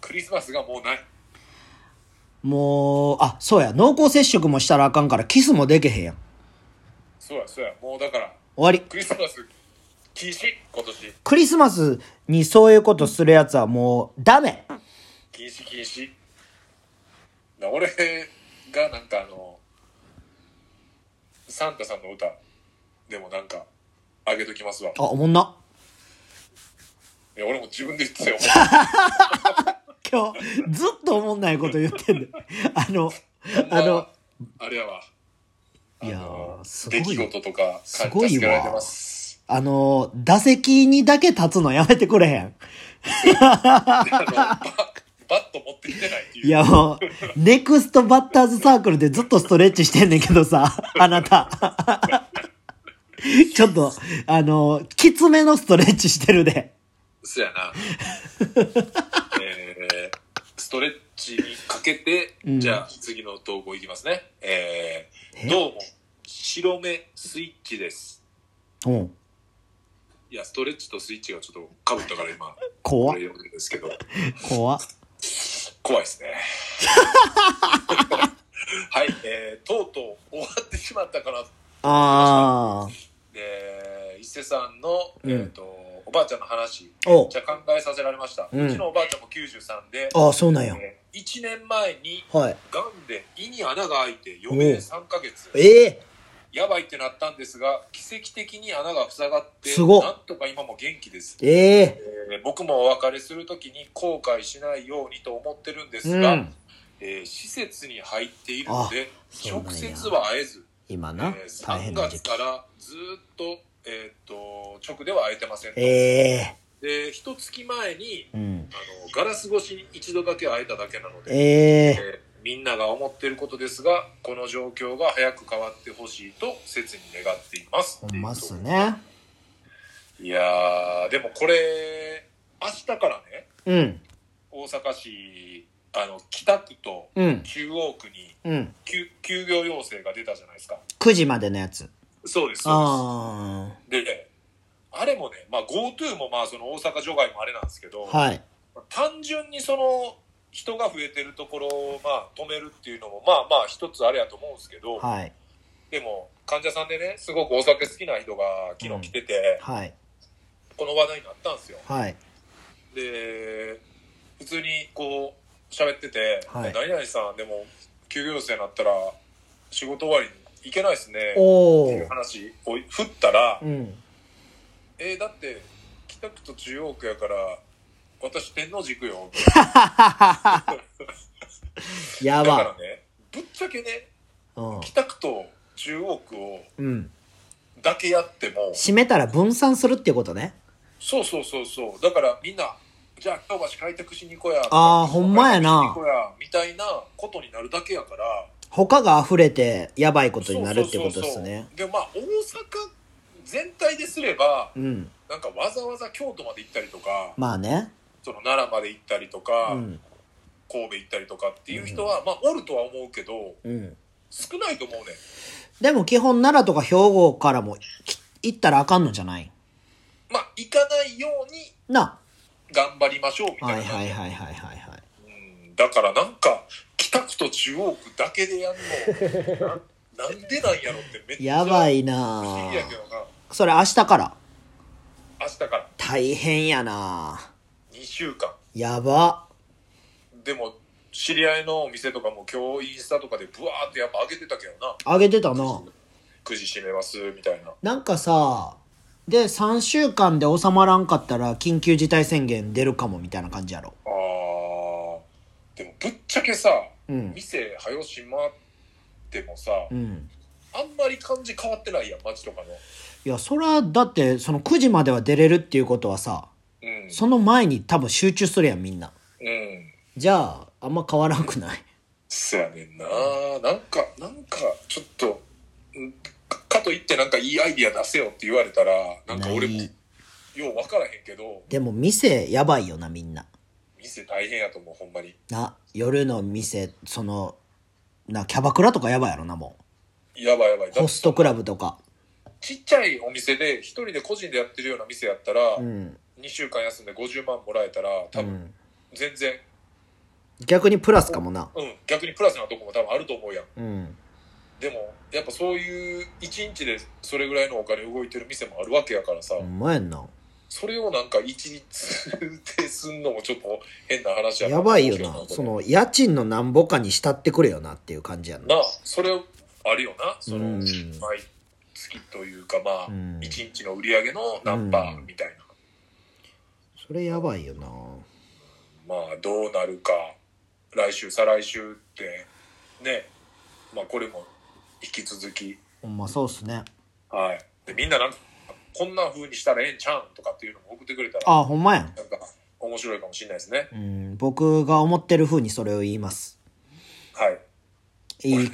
S2: クリスマスがもうない。
S1: もう、あ、そうや、濃厚接触もしたらあかんから、キスもでけへんやん。
S2: そうや、そうや。もうだから、
S1: 終わり。
S2: クリスマス、禁止、今年。
S1: クリスマスにそういうことするやつはもう、ダメ
S2: 禁止、禁止。な俺がなんかあの、サンタさんの歌でもなんか、あげときますわ。
S1: あ、おもんな。
S2: いや俺も自分で言ってたよ。
S1: 今日ずっと思んないこと言ってんであのあの、
S2: あれやわ。
S1: いや
S2: あの
S1: ーすご
S2: 出
S1: い
S2: 来事とか、
S1: すごいわ
S2: 助けられてます。
S1: あの打席にだけ立つのやめてくれへん
S2: あの、ババット持ってきてないっていう。
S1: いやもうネクストバッターズサークルでずっとストレッチしてんねんけどさあなた [LAUGHS] ちょっとあのきつめのストレッチしてるで
S2: そや
S1: [LAUGHS]
S2: な。えー、ストレッチにかけて、
S1: うん
S2: じゃあ次の投稿いきますね。えー
S1: え
S2: どうも、白目スイッチです。
S1: うん
S2: いや、ストレッチとスイッチがちょっと被ったから今、こ
S1: 怖
S2: れ読んでるんですけど、
S1: 怖
S2: 怖いです
S1: [LAUGHS]
S2: ね。はい、えー、とうとう終わってしまったかな。
S1: あ
S2: で、伊勢さんの、
S1: うん
S2: えっ、と、おばあちゃんの話、
S1: ーお
S2: じゃ考えさせられました。う
S1: うん
S2: ちのおばあちゃんも93で、
S1: ああそうなんや
S2: えー1年前に
S1: はい
S2: がんで胃に穴が開いて余命3ヶ月
S1: ええ
S2: やばいってなったんですが奇跡的に穴が塞がって
S1: すごっ
S2: なんとか今も元気です、
S1: ええ
S2: えー僕もお別れする時に後悔しないようにと思ってるんです
S1: う
S2: が、
S1: ん
S2: えー施設に入っているので
S1: そうなんや
S2: 直接は会えず、
S1: 今
S2: え
S1: な
S2: ー
S1: 大
S2: 3
S1: 変な時
S2: 月
S1: 期
S2: からずっと,、えー、と直では会えてませんと、
S1: ええ
S2: で一月前に
S1: うん
S2: あのガラス越しに一度だけ会えただけなので、
S1: ええ
S2: えーみんなが思っていることですがこの状況が早く変わってほしいと切に願っています
S1: ほんまっすね。
S2: いいやー、でもこれ、明日からね、
S1: うん、
S2: 大阪市、あの、北区と
S1: うん、
S2: 中央区に
S1: うん。
S2: 休休業要請が出たじゃないですか。
S1: 9時までのやつ。
S2: そうです、そ
S1: あ
S2: うです。で、あれもね、まあ GoTo もまあその大阪除外もあれなんですけど、
S1: あ、はい。
S2: 単純にその人が増えてるところをまあ止めるっていうのもまあまあ一つあれやと思うんですけど、
S1: はい。
S2: でも患者さんでねすごくお酒好きな人が昨日来てて、
S1: はい。
S2: この話題になったんですよ
S1: はい。
S2: で普通にこう喋ってて「
S1: はい
S2: 何々さんでも休業生になったら仕事終わりに行けないですね」
S1: お
S2: っていう
S1: ー。
S2: 話を振ったら
S1: うん。 [LAUGHS]
S2: 「えーだって北区と中央区やから私天王寺行くよ」
S1: や
S2: だから
S1: ば。
S2: ねぶっちゃけね
S1: うん。
S2: 北区と中央区を
S1: うん。
S2: だけやっても
S1: 閉めたら分散するっていうことね。
S2: そうそうそうそうだからみんなじゃあ京橋開拓しに行こうや
S1: あーほんまやな
S2: 開拓しに行こうやみたいなことになるだけやから
S1: 他が溢れてやばいことになるってことですね。
S2: そうそうそうそうでまあ大阪全体ですれば
S1: うん。
S2: なんかわざわざ京都まで行ったりとか
S1: まあね。
S2: その奈良まで行ったりとか、
S1: うん。
S2: 神戸行ったりとかっていう人は、まあおるとは思うけど
S1: うん。
S2: 少ないと思うねん
S1: でも基本奈良とか兵庫からもき行ったらあかんのじゃない
S2: まあ行かないように
S1: な。
S2: 頑張りましょうみた
S1: は
S2: いない
S1: はいはいはいはいはい。
S2: うんだからなんか北区と中央区だけでやんのななんでなんやろってめっちゃ
S1: やばい
S2: 不思
S1: な
S2: 議やけどな
S1: それ明日から。
S2: 明日から
S1: 大変やな
S2: 2週間
S1: やば。
S2: でも知り合いのお店とかも今日インスタとかでブワーってやっぱ上げてたけどな
S1: あげてたな。
S2: 9時閉めますみたいな
S1: なんかさ、で、3週間で収まらんかったら緊急事態宣言出るかもみたいな感じやろ。
S2: あーでもぶっちゃけさ
S1: うん。
S2: 店早閉まってもさ
S1: うん。
S2: あんまり感じ変わってないやん街とかの
S1: いや、そら、だって、その9時までは出れるっていうことはさ、
S2: うん
S1: その前に多分集中するやん、みんな。
S2: うん
S1: じゃあ、あんま変わらんくない
S2: そやねんななんかなんかちょっとんかかといってなんかいいアイディア出せよって言われたらなんか俺も
S1: ない
S2: よう分からへんけど
S1: でも、店やばいよな、みんな。
S2: 店大変やと思うほんまに
S1: な、夜の店、その、な、キャバクラとかやばいやろな、も。
S2: やばいやばいう
S1: ホストク
S2: だっ
S1: ラブとか。
S2: てちっちゃいお店で一人で個人でやってるような店やったら、
S1: うん。
S2: 2週間休んで50万もらえたら
S1: う
S2: 多分
S1: ん。
S2: 全然、
S1: 逆にプラスかもな。
S2: うん逆にプラスなとこも多分あると思うやん
S1: うん。
S2: でもやっぱそういう1日でそれぐらいのお金動いてる店もあるわけやからさ、
S1: ほんまやんな。
S2: それをなんか一律 [LAUGHS] ですんのもちょっと変な話やな
S1: やばいよ
S2: こ
S1: な。
S2: れ
S1: その、家賃のなんぼかに慕ってくれよなっていう感じやん
S2: な
S1: な。
S2: あそれあるよなその、
S1: うん
S2: 毎月というかまあ、
S1: うん
S2: 一日の売り上げのナンバーみたいな、
S1: それやばいよな。
S2: まあどうなるか来週再来週ってねまあこれも引き続き
S1: ほんまそうっすね。
S2: はいでみんななんかこんな風にしたらええんちゃうんとかっていうのも送ってくれたら
S1: あ、ほんまやん。
S2: なんか面白いかもしれないですね
S1: うん、僕が思ってる風にそれを言います。
S2: はい
S1: いい意
S2: [LAUGHS]
S1: 見。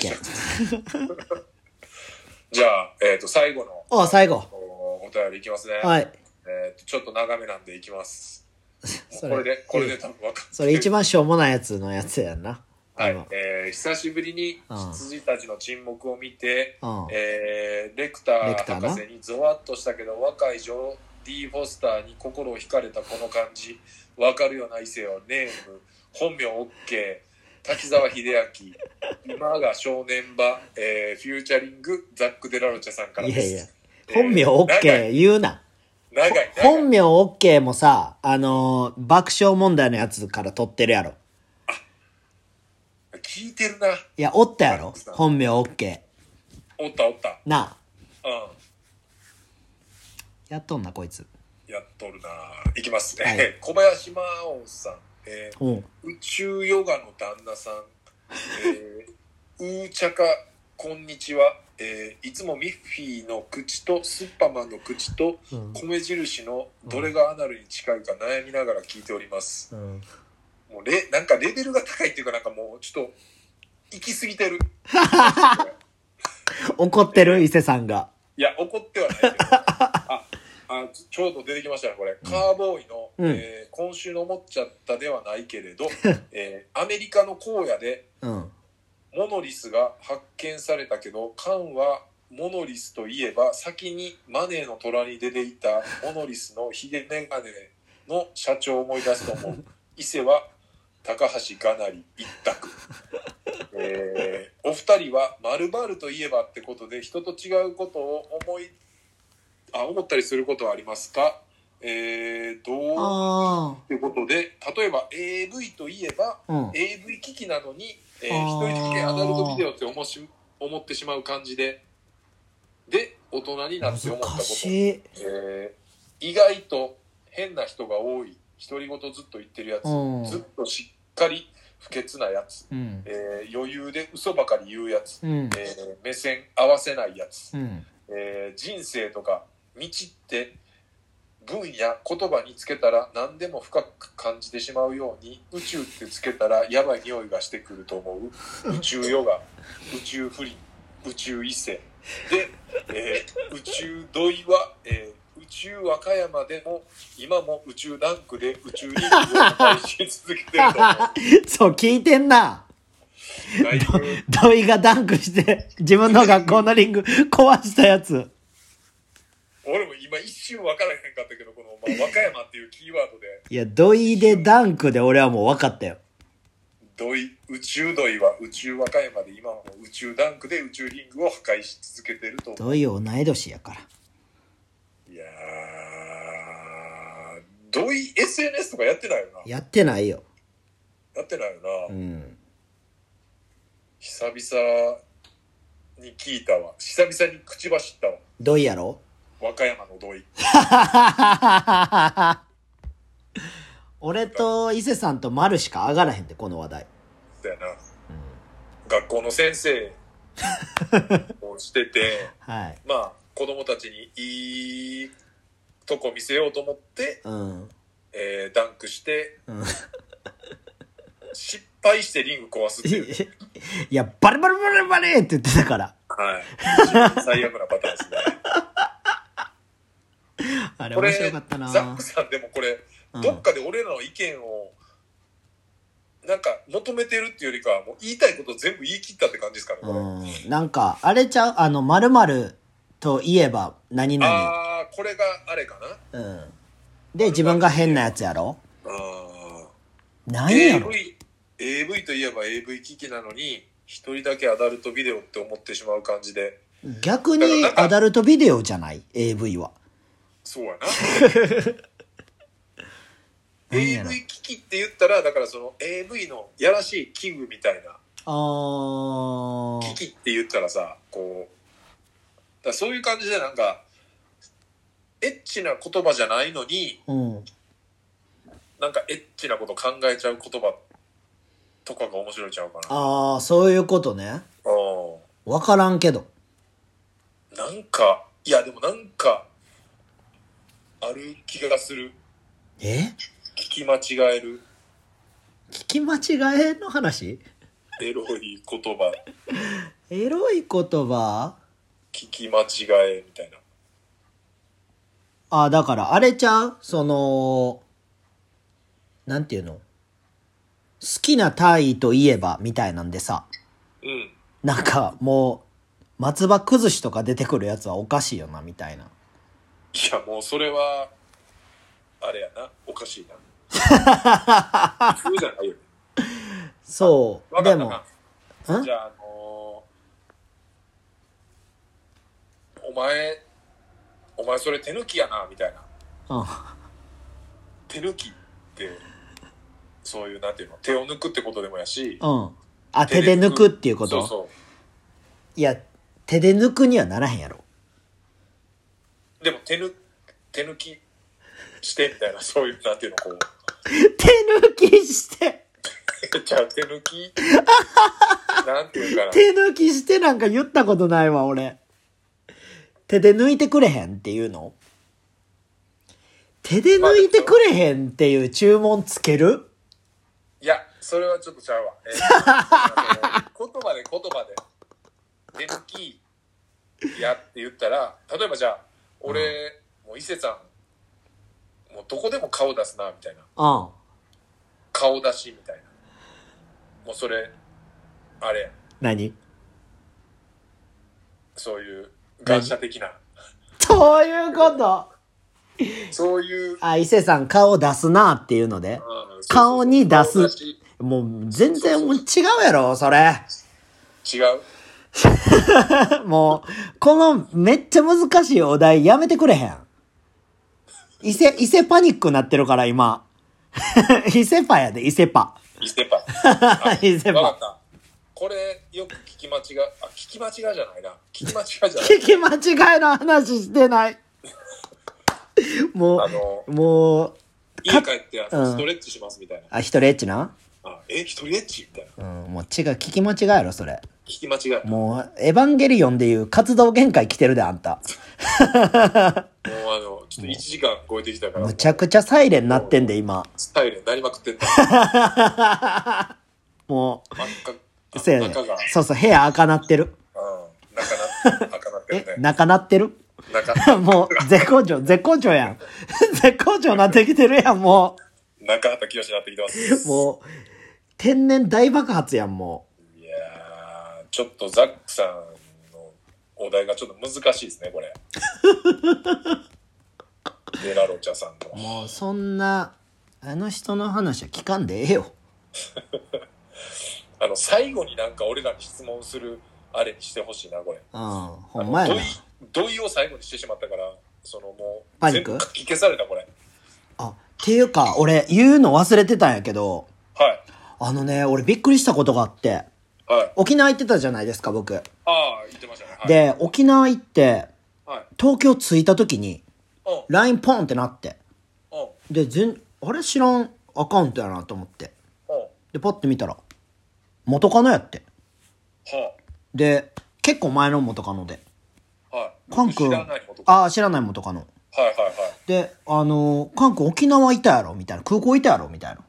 S2: じゃあ、えっと最後の
S1: あ、最後。
S2: おお便りいきますね、
S1: はい。
S2: えー、とちょっと長めなんでいきます。も
S1: [LAUGHS] そうれ
S2: これで、これで多分分かる。
S1: それ一番しょうもないやつのやつやんな。
S2: は
S1: あ
S2: い
S1: の。
S2: えー、久しぶりに
S1: うん
S2: 羊たちの沈黙を見て、
S1: うん。
S2: えー、レクタ
S1: レ
S2: ー
S1: クターな
S2: 博士にゾワッとしたけど、若いジョーディ・フォスターに心を惹かれたこの感じ、分かるような異性をネーム、本名 OK、滝沢秀明、今が少年場、えー、フューチャリング、ザック・デラロチャさんから
S1: い
S2: で
S1: や
S2: す。
S1: いや。本名 OK 言うな。
S2: 長い、長い。
S1: 本名 OK もさ、あのー、爆笑問題のやつから取ってるやろ。
S2: 聞いてるな。
S1: いや、おったやろ。本名 OK。
S2: おったおった。
S1: なあ。
S2: うん。
S1: やっとんな、こいつ。
S2: やっとるなぁいきますね、
S1: はい
S2: [LAUGHS] 小林真央さん、え
S1: うん。
S2: ー宇宙ヨガの旦那さん、えー、う [LAUGHS] ーちゃかこんにちは、えーいつもミッフィーの口とスッパマンの口と
S1: うん
S2: 米印のどれがアナルに近いか悩みながら聞いております
S1: うん。
S2: もうレなんかレベルが高いっていうかなんかもうちょっと行き過ぎてる
S1: 怒ってる伊勢さんが。
S2: いや怒ってはないけどああちちょうど出てきましたねこれ、カーボーイの、
S1: うん
S2: えー今週の思っちゃった」ではないけ
S1: [LAUGHS]
S2: れど、えーアメリカの荒野で
S1: うん。
S2: モノリスが発見されたけどカンはモノリスといえば先にマネーの虎に出ていたモノリスのヒゲメガネの社長を思い出すと思う伊勢は高橋がなり一択、えーお二人は「まるといえば」ってことで人と違うことを思いあ思ったりすることはありますかえー、どう
S1: あ
S2: ということで例えば AV といえば
S1: あ。うん。
S2: AV 機器なのに、えー
S1: あー
S2: 一人だけアダルトビデオって思し思ってしまう感じでで大人になって思ったこ
S1: 難
S2: と、
S1: しい。
S2: えー意外と変な人が多い独り言ずっと言ってるやつ、
S1: うん
S2: ずっとしっかり不潔なやつ、
S1: うん。
S2: えー余裕で嘘ばかり言うやつ、
S1: うん。
S2: えー目線合わせないやつ、
S1: うん。
S2: えー人生とか道って文や言葉につけたら何でも深く感じてしまうように宇宙ってつけたらやばい匂いがしてくると思う宇宙ヨガ宇宙不倫宇宙異性で、えー宇宙土井は、えー宇宙和歌山でも今も宇宙ランクで宇宙リーグを配信続けてる
S1: [LAUGHS]
S2: と思う
S1: そう、聞いてんな。
S2: だいぶ
S1: 土井がダンクして、自分の学校のリング壊したやつ。
S2: 俺も今一瞬分からへんかったけどこの、まあ、和歌山っていうキーワードで
S1: いや、土井でダンクで俺はもう分かったよ。
S2: ドイ宇宙ドイは宇宙和歌山で今も宇宙ダンクで宇宙リングを破壊し続けてると思
S1: 土井同い年やから。
S2: ういやードイ SNS とかやってないよなや
S1: やってないよ。
S2: ってないよな、
S1: うん。
S2: 久々に聞いたわ久々に口走ったわ
S1: 土井やろ
S2: 和歌山のドイ
S1: [LAUGHS] 俺と伊勢さんと丸しか上がらへんって、この話題。
S2: だよな、学校の先
S1: [LAUGHS]
S2: 生をしてて
S1: はい。
S2: まあ子供たちにいいとこ見せようと思って、
S1: うん。 [LAUGHS]
S2: えーダンクして
S1: うん。
S2: 失敗してリング壊すっていう
S1: いいや、バレバレバレバレって言ってたから。 [LAUGHS]
S2: はい。最悪なパターンですね。
S1: あれ
S2: これ、
S1: 面
S2: ザ
S1: 白かったな
S2: ックさんでもこれ、
S1: うん
S2: どっかで俺らの意見を、なんか求めてるっていうよりかは、もう言いたいこと全部言い切ったって感じですかね、これ。
S1: うん。なんか、あれちゃうあの、まるといえば何々。
S2: ああ、これがあれかな。
S1: うん。で、自分が変なやつやろ
S2: あー
S1: 何やろ
S2: AV、AV といえば AV 機器なのに、一人だけアダルトビデオって思ってしまう感じで、
S1: 逆にアダルトビデオじゃない ?AV は。
S2: そ
S1: [LAUGHS]
S2: うやな。
S1: 何やろ
S2: AV 機器って言ったら、だからその AV のやらしい器具みたいな。
S1: あー。
S2: 危機って言ったらさこうだからそういう感じでなんかエッチな言葉じゃないのに
S1: うん。
S2: なんかエッチなこと考えちゃう言葉とかが面白いちゃうかな
S1: あー、そういうことね。
S2: う
S1: わからんけど。
S2: んなんかいやでもなんかある気がする
S1: え
S2: 聞き間違える
S1: 聞き間違えの話
S2: エロい言葉
S1: エロい言葉
S2: 聞き間違えみたいな
S1: あ、だから、あれちゃうその、なんていうの好きな単位といえば、みたいなんでさ、
S2: うん
S1: なんかもう、松葉崩しとか出てくるやつはおかしいよな、みたいな。
S2: いやもうそれはあれやなおかしいな普通じゃないよね
S1: そう、
S2: わか
S1: で
S2: った
S1: も
S2: な、
S1: ん
S2: じゃあ、あのーお前、お前それ手抜きやな、みたいな。
S1: うん。
S2: 手抜きって、そういう、なんていうの、手を抜くってことでもやし、
S1: うん。あ、手で抜くっていうこと
S2: そうそ
S1: いや、手で抜くにはならへんやろ。 [LAUGHS]
S2: う。でも手抜、手抜きして、みたいな、そういう、なんていうの、こう。
S1: 手
S2: [LAUGHS]
S1: 抜きして、
S2: じゃあ手抜き、なんていうかな。
S1: 手抜きしてなんか言ったことないわ、俺。手で抜いてくれへんっていうの手で抜いてくれへんっていう注文つける
S2: いや、それはちょっとちゃうわ。えーあの [LAUGHS] 言葉で言葉で、手抜きやって言ったら、例えばじゃあ、俺、もう伊勢さんもうどこでも顔出すな、みたいな。
S1: うん。
S2: 顔出しみたいな。もうそれ、あれ、
S1: 何
S2: そういう、感謝的な、
S1: そういうこと
S2: そういう、
S1: あ、伊勢さん顔出すなっていうので。
S2: うん
S1: 顔に出す
S2: そうそうそう
S1: もう全然もう違うやろ、それ。 [LAUGHS]
S2: 顔出し違う
S1: もう、このめっちゃ難しいお題やめてくれへん。伊勢、伊勢パニックなってるから今。 [LAUGHS] 伊勢パやで、伊勢パ。 [LAUGHS]
S2: 伊勢パン。あ
S1: 伊勢パ
S2: わかった。これ、よく聞き間違い、あ、聞き間違いじゃないな。聞き間違いじゃない。
S1: 聞き間違いの話してない。もう、
S2: あの
S1: もう、
S2: 家帰って、あの
S1: うん
S2: ストレッチしますみたいな。
S1: あ、一人エッチな
S2: あ、え、一人エッチみたいな。
S1: うん、もう違う、聞き間違いやろ、それ。
S2: 聞き間違い。も
S1: もう、エヴァンゲリオンでいう活動限界来てるで、あんた。
S2: うあの、ちょっと1時間超えてきたから、
S1: むちゃくちゃサイレンなってんで、今。
S2: スタイルになりまくってんだ。
S1: も
S2: 真っ赤
S1: う、
S2: あ
S1: せやね
S2: 中が、
S1: [LAUGHS] そうそう、部屋赤なってる。
S2: うん、中な、赤なっ
S1: [LAUGHS]
S2: て
S1: え
S2: る、ね。
S1: 中なってる [LAUGHS]
S2: 中、
S1: もう、絶好調、絶好調やん。 [LAUGHS] 絶好調なってきてるやん、も
S2: 中畑清になってきてます。
S1: う。 [LAUGHS] もう、天然大爆発やん、も
S2: いやー、ちょっとザックさんのお題がちょっと難しいです
S1: [LAUGHS]
S2: ね、これ。デラロチャさんと
S1: う。。もう、そんな、あの人の話は聞かんでええよ。
S2: あの、最後になんか俺らに質問するあれにしてほしいな、これ。
S1: うん、ほんまやな。
S2: 土井土井を最後にしてしまったから、そのも
S1: パ
S2: う、
S1: ニッ
S2: 全
S1: ク
S2: 部書き消された、これ。
S1: あ、っていうか、俺、言うの忘れてたんやけど、
S2: はい。
S1: あのね、俺びっくりしたことがあって、
S2: はい。
S1: 沖縄行ってたじゃないですか、僕。
S2: ああ、言ってましたね。はい、、
S1: で、沖縄行って、
S2: はい。
S1: 東京着いた時に、
S2: うん、
S1: LINE ポンってなって、
S2: うん、
S1: で、全、あれ知らんアカウントやなと思って。
S2: うん。
S1: で、パッて見たら、元カノやって。
S2: は
S1: で、結構前の元カノで。
S2: あ、はい。
S1: カン君
S2: 知らないこと。はい、
S1: ああ、知らない元カノ。
S2: はい、はい。
S1: で、あのー、カン君沖縄いたやろみたいな。空港いたやろみたいな。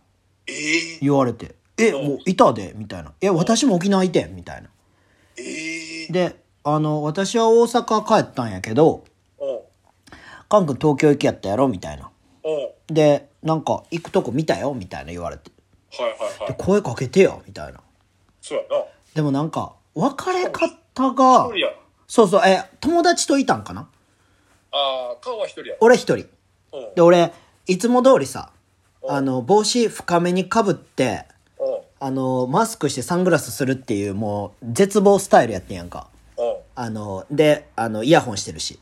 S2: ええ
S1: 言われて。え、もういたでみたいな。え、私も沖縄いてみたいな。
S2: ええ
S1: で、あの、私は大阪帰ったんやけど、
S2: うん、
S1: カン君東京行きやったやろみたいな。
S2: うん。はい、
S1: で、なんか、行くとこ見たよみたいな言われて。
S2: はい、は
S1: で
S2: い。
S1: 声かけてよみたいな。
S2: そうやな。
S1: でもなんか、別れ方が
S2: 一人、やな。
S1: そうそう、え、友達といたんかな
S2: ああ、顔は一人や
S1: 俺一人。
S2: な。うん、うん、
S1: で、俺、いつも通りさ、あの、帽子深めにかぶって、あの、マスクしてサングラスするっていう、もう、絶望スタイルやってんやんか。
S2: うん、うん。
S1: あの、で、あの、イヤホンしてるし。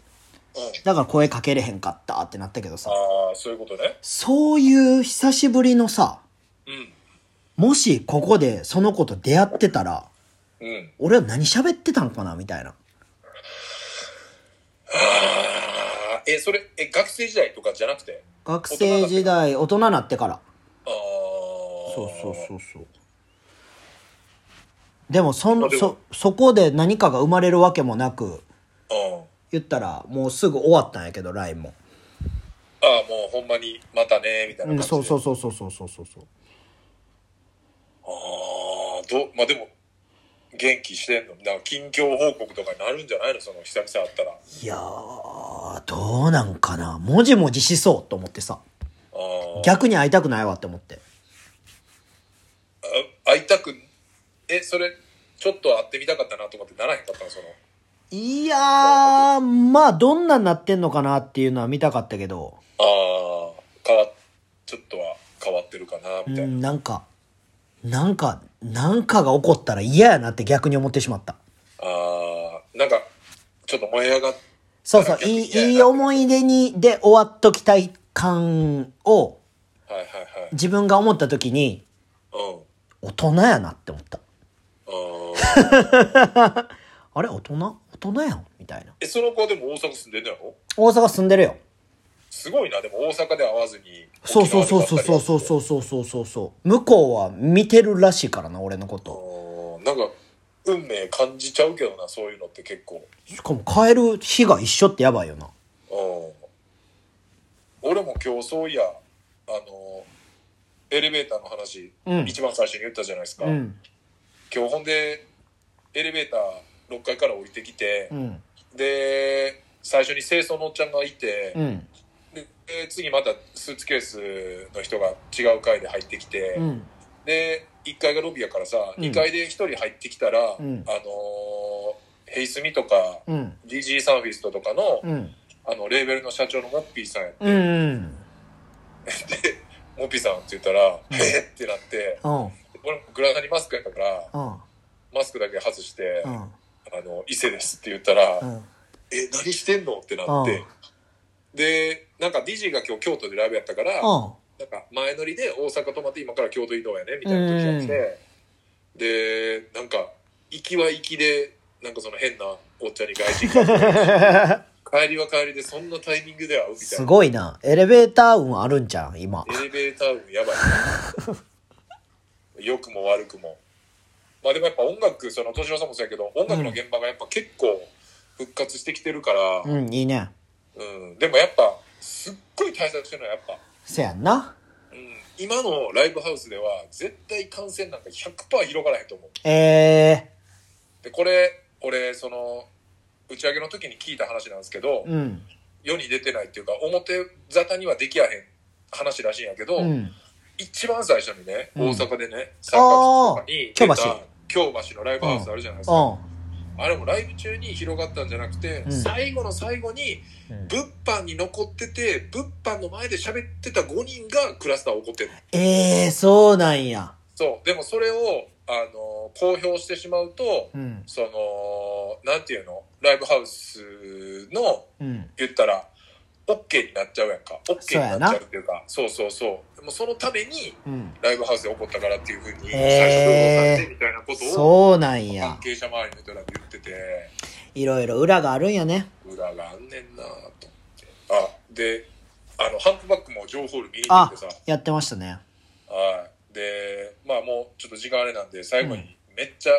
S1: だから声かけれへんかったってなったけどさ。
S2: ああ、そういうことね。
S1: そういう久しぶりのさ、
S2: うん、
S1: もしここでその子と出会ってたら、
S2: うん。
S1: 俺は何喋ってたんかなみたいな。
S2: ああ、え、それ、え、学生時代とかじゃなくて
S1: 学生時代、大人になってから。
S2: ああ。
S1: そうそうそうそう。でも、そん、そ、そこで何かが生まれるわけもなく、
S2: うん。
S1: 言ったら、もうすぐ終わったんやけど、LINE も。
S2: ああ、もうほんまに、またね、みたいな
S1: う
S2: 感
S1: ん、
S2: じで。
S1: そうそうそうそうそうそうそう。
S2: ああ、ど、まあでも、元気してんのなんか近況報告とかになるんじゃないのその、久々会ったら。あ
S1: いやー、どうなんかな。もじもじしそうと思ってさ。
S2: あ。
S1: 逆に会いたくないわって思って。
S2: あ会いたく、え、それ、ちょっと会ってみたかったなと思ってならへんかったのその。
S1: いやー、まあ、どんなになってんのかなっていうのは見たかったけど、
S2: ああ、変わっ、ちょっとは変わってるかな、
S1: う
S2: みたいな。
S1: ん、なんか、なんか、なんかが起こったら嫌やなって逆に思ってしまった。
S2: ああ、なんか、ちょっと燃え上がっ
S1: そうそう、
S2: 逆
S1: い
S2: に
S1: い
S2: 嫌や、ない
S1: い思い出に、で終わっときたい感を、
S2: はいはいはい。
S1: 自分が思った時に、
S2: うん。
S1: 大人やなって思った。
S2: あー
S1: あれ大人大人やんみたいな。
S2: え、その子はでも大阪住んでんのやろ
S1: 大阪住んでるよ。
S2: すごいな、でも大阪で会わずに。
S1: そうそうそうそうそうそう
S2: う。
S1: そうそうそうそうそう。向こうは見てるらしいからな、俺のこと。
S2: あーなんか、運命感じちゃうけどな、そういうのって結構。
S1: しかも帰る日が一緒ってやばいよな。
S2: うん。俺も今日そういや、あの、エレベーターの話、
S1: うん
S2: 一番最初に言ったじゃないですか。
S1: うん。
S2: 今日ほんで、エレベーター6階から降りてきて
S1: う、ん。
S2: で、最初に清掃のおっちゃんがいて、
S1: うん。
S2: で次またスーツケースの人が違う階で入ってきて、
S1: うん
S2: で1階がロビーやからさ、
S1: うん
S2: 2階で1人入ってきたら、
S1: うん
S2: あのーヘイスミとか、
S1: うん
S2: DG サーフィストとかの,、
S1: うん
S2: あのレーベルの社長のモッピーさんや
S1: うんうん
S2: モッピーさんって言ったら「えっ!」ってなって
S1: うんうん
S2: 俺もグラダにマスクやったからマスクだけ外して「
S1: う
S2: あ
S1: ん
S2: の伊勢です」って言ったら「
S1: うん
S2: え何してんの?」ってなって、でなんか DG が今日京都でライブやったから、なんか前乗りで大阪泊まって今から京都移動やねみたいな時があって、でなんか行きは行きでなんかその変なおっちゃんに外人が帰りは帰りでそんなタイミングで会うみた
S1: す
S2: い
S1: ごいなエレベーター運あるんじゃん今
S2: なエレベーター音やばい良くも悪くもまあでもやっぱ音楽その敏郎さんもそうやけど音楽の現場がやっぱ結構復活してきてるから、う
S1: うんいいね
S2: んでもやっぱすっごい対策してるのはやっぱ
S1: せやんな
S2: うん今のライブハウスでは絶対感染なんか100%広がらへんと思う
S1: え
S2: でこれ俺その打ち上げの時に聞いた話なんですけ
S1: ー、
S2: ど
S1: うん
S2: 世に出てないっていうか表沙汰にはできやへん話らしいんやけど、
S1: うん
S2: 一番最初にね
S1: うん
S2: 大阪でね三角とかに
S1: 京
S2: 出
S1: 橋
S2: た京橋のライブハウスあるじゃないですか、
S1: う
S2: あれもライブ中に広がったんじゃなくて、
S1: うん
S2: 最後の最後に
S1: ん
S2: 物販に残ってて物販の前で喋ってた5人がクラスター起こってる
S1: えー、そうなんや
S2: そうでもそれをあの公表してしまうと
S1: うん
S2: そのなんていうのライブハウスの
S1: うん
S2: 言ったら OK になっちゃうやんか OK になっちゃうっていうかそうそうそうでもそのために
S1: うん
S2: ライブハウスで起こったからっていうふうに最初
S1: へー
S2: でみたいなことを
S1: そうなんや
S2: 関係者周りの人らに言ってて
S1: いろいろ裏があるんやね
S2: 裏があんねんなと思ってあであのハンプバックも情報ール見に行ってさ
S1: やってましたね
S2: はい。で、まあもうちょっと時間あれなんで、最後
S1: うん
S2: にめっちゃ、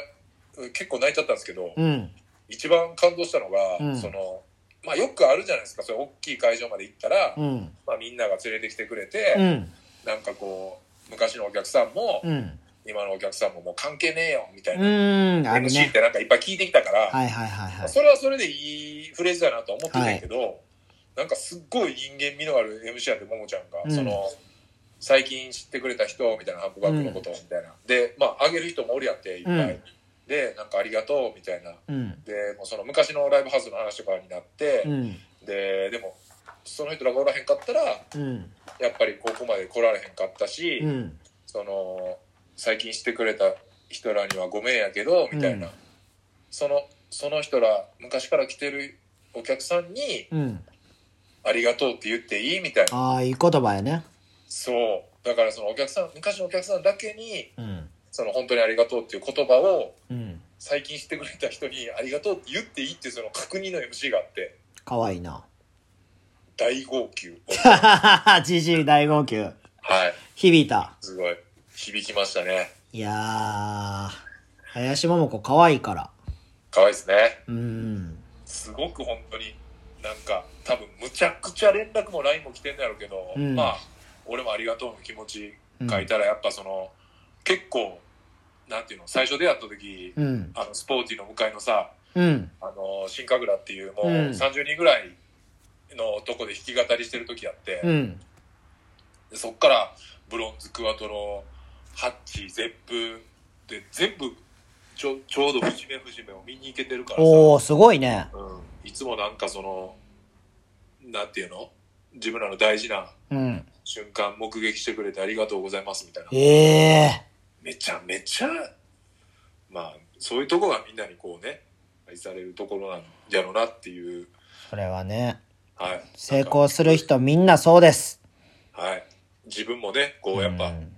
S2: うん結構泣いちゃったんですけど、
S1: うん
S2: 一番感動したのが、
S1: うん
S2: その、まあよくあるじゃないですか、そういう大きい会場まで行ったら、
S1: うん
S2: まあみんなが連れてきてくれ
S1: う
S2: て、
S1: ん
S2: なんかこう、昔のお客さんも、
S1: うん
S2: 今のお客さんももう関係ねえよ、みたいな。
S1: うんある
S2: MC っ
S1: ね
S2: てなんかいっぱい聞いてきたから、
S1: はいはいはいはい
S2: それはそれでいいフレーズだなとは思ってたんやけど、なんかすっごい人間味のある MC やってももちゃんが、
S1: うん
S2: その最近知ってくれた人みたいなハンプバックのことみたいな、でまああげる人もおるやっていっぱい、
S1: うん
S2: でなんかありがとうみたいな
S1: うん
S2: でもうその昔のライブハウスの話とかになって、
S1: うん
S2: ででもその人らがおらへんかったらや
S1: うん
S2: っぱりここまで来られへんかったし、
S1: うん
S2: その最近してくれた人らにはごめんやけどみたいな、
S1: うん
S2: そのその人ら昔から来てるお客さんに
S1: うん
S2: 「ありがとう」って言っていいみたいな
S1: ああいい言葉やね
S2: そうだからそのお客さん昔のお客さんだけに
S1: うん
S2: その本当に「ありがとう」っていう言葉を
S1: うん
S2: 最近してくれた人に「ありがとう」って言っていいっていうその確認の MC があって
S1: かわいいな [LAUGHS]
S2: 大号泣
S1: じじい大号泣
S2: はい
S1: 響いた
S2: すごい響きましたね
S1: いやー林桃子かわいいから
S2: 可愛いですね
S1: うん
S2: すごく本当になんか多分むちゃくちゃ連絡も LINE も来てんだろうけど、
S1: うん
S2: まあ俺もありがとうの気持ち
S1: うん
S2: 書いたらやっぱその、結構なんていうの最初出会った時、
S1: うん
S2: あのスポーティーの向かいのさ
S1: うん
S2: あの新神楽っていうもう
S1: うん
S2: 30人ぐらいのとこで弾き語りしてる時やって、
S1: うん
S2: でそっからブロンズクワトロハッチゼップで全部ちょちょうど節目節目を見に行けてるからさ
S1: おおすごいね
S2: うんいつもなんかその、なんていうの自分らの大事な
S1: うん
S2: 瞬間目撃してくれてありがとうございますみたいな。
S1: ええ
S2: めちゃめちゃ、まあ、そういうとこがみんなにこうね、愛されるところなんやろなっていう、
S1: それはね
S2: はい。
S1: 成功する人みんなそうです
S2: はい。自分もね、こうやっぱ、
S1: うん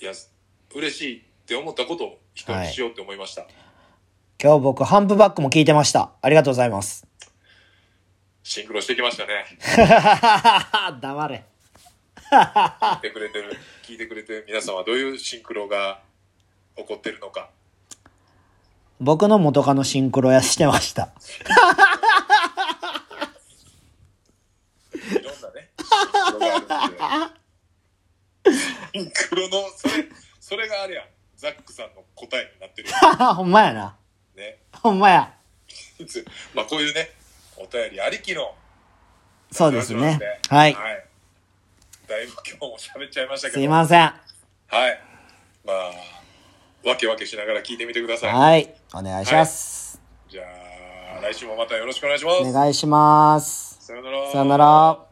S2: いや、嬉しいって思ったことを人にしようって思いました。
S1: 今日僕ハンプバックも聞いてましたありがとうございます
S2: シンクロしてきました
S1: [LAUGHS]
S2: ね。
S1: 黙れ
S2: 聞いてくれてる、聞いてくれてる皆さんはどういうシンクロが起こってるのか。
S1: 僕の元カノシンクロやしてました [LAUGHS]
S2: いろんなね、シンクロがあるんで。シンクロの、それ、それがあれやん。ザックさんの答えになってるよ
S1: ほんまやな
S2: ね。
S1: ほんまや
S2: いつまあこういうね、お便りありきの
S1: そうです
S2: ラジオなん
S1: ね
S2: で。
S1: はい。
S2: だいぶ今日も喋っちゃいましたけ
S1: す
S2: ど。
S1: いません。
S2: はい。まあ、わけわけしながら聞いてみてください。
S1: はい。お願いします。
S2: じゃあ、来週もまたよろしくお願いします。
S1: お願いします。
S2: さよなら。
S1: さよなら。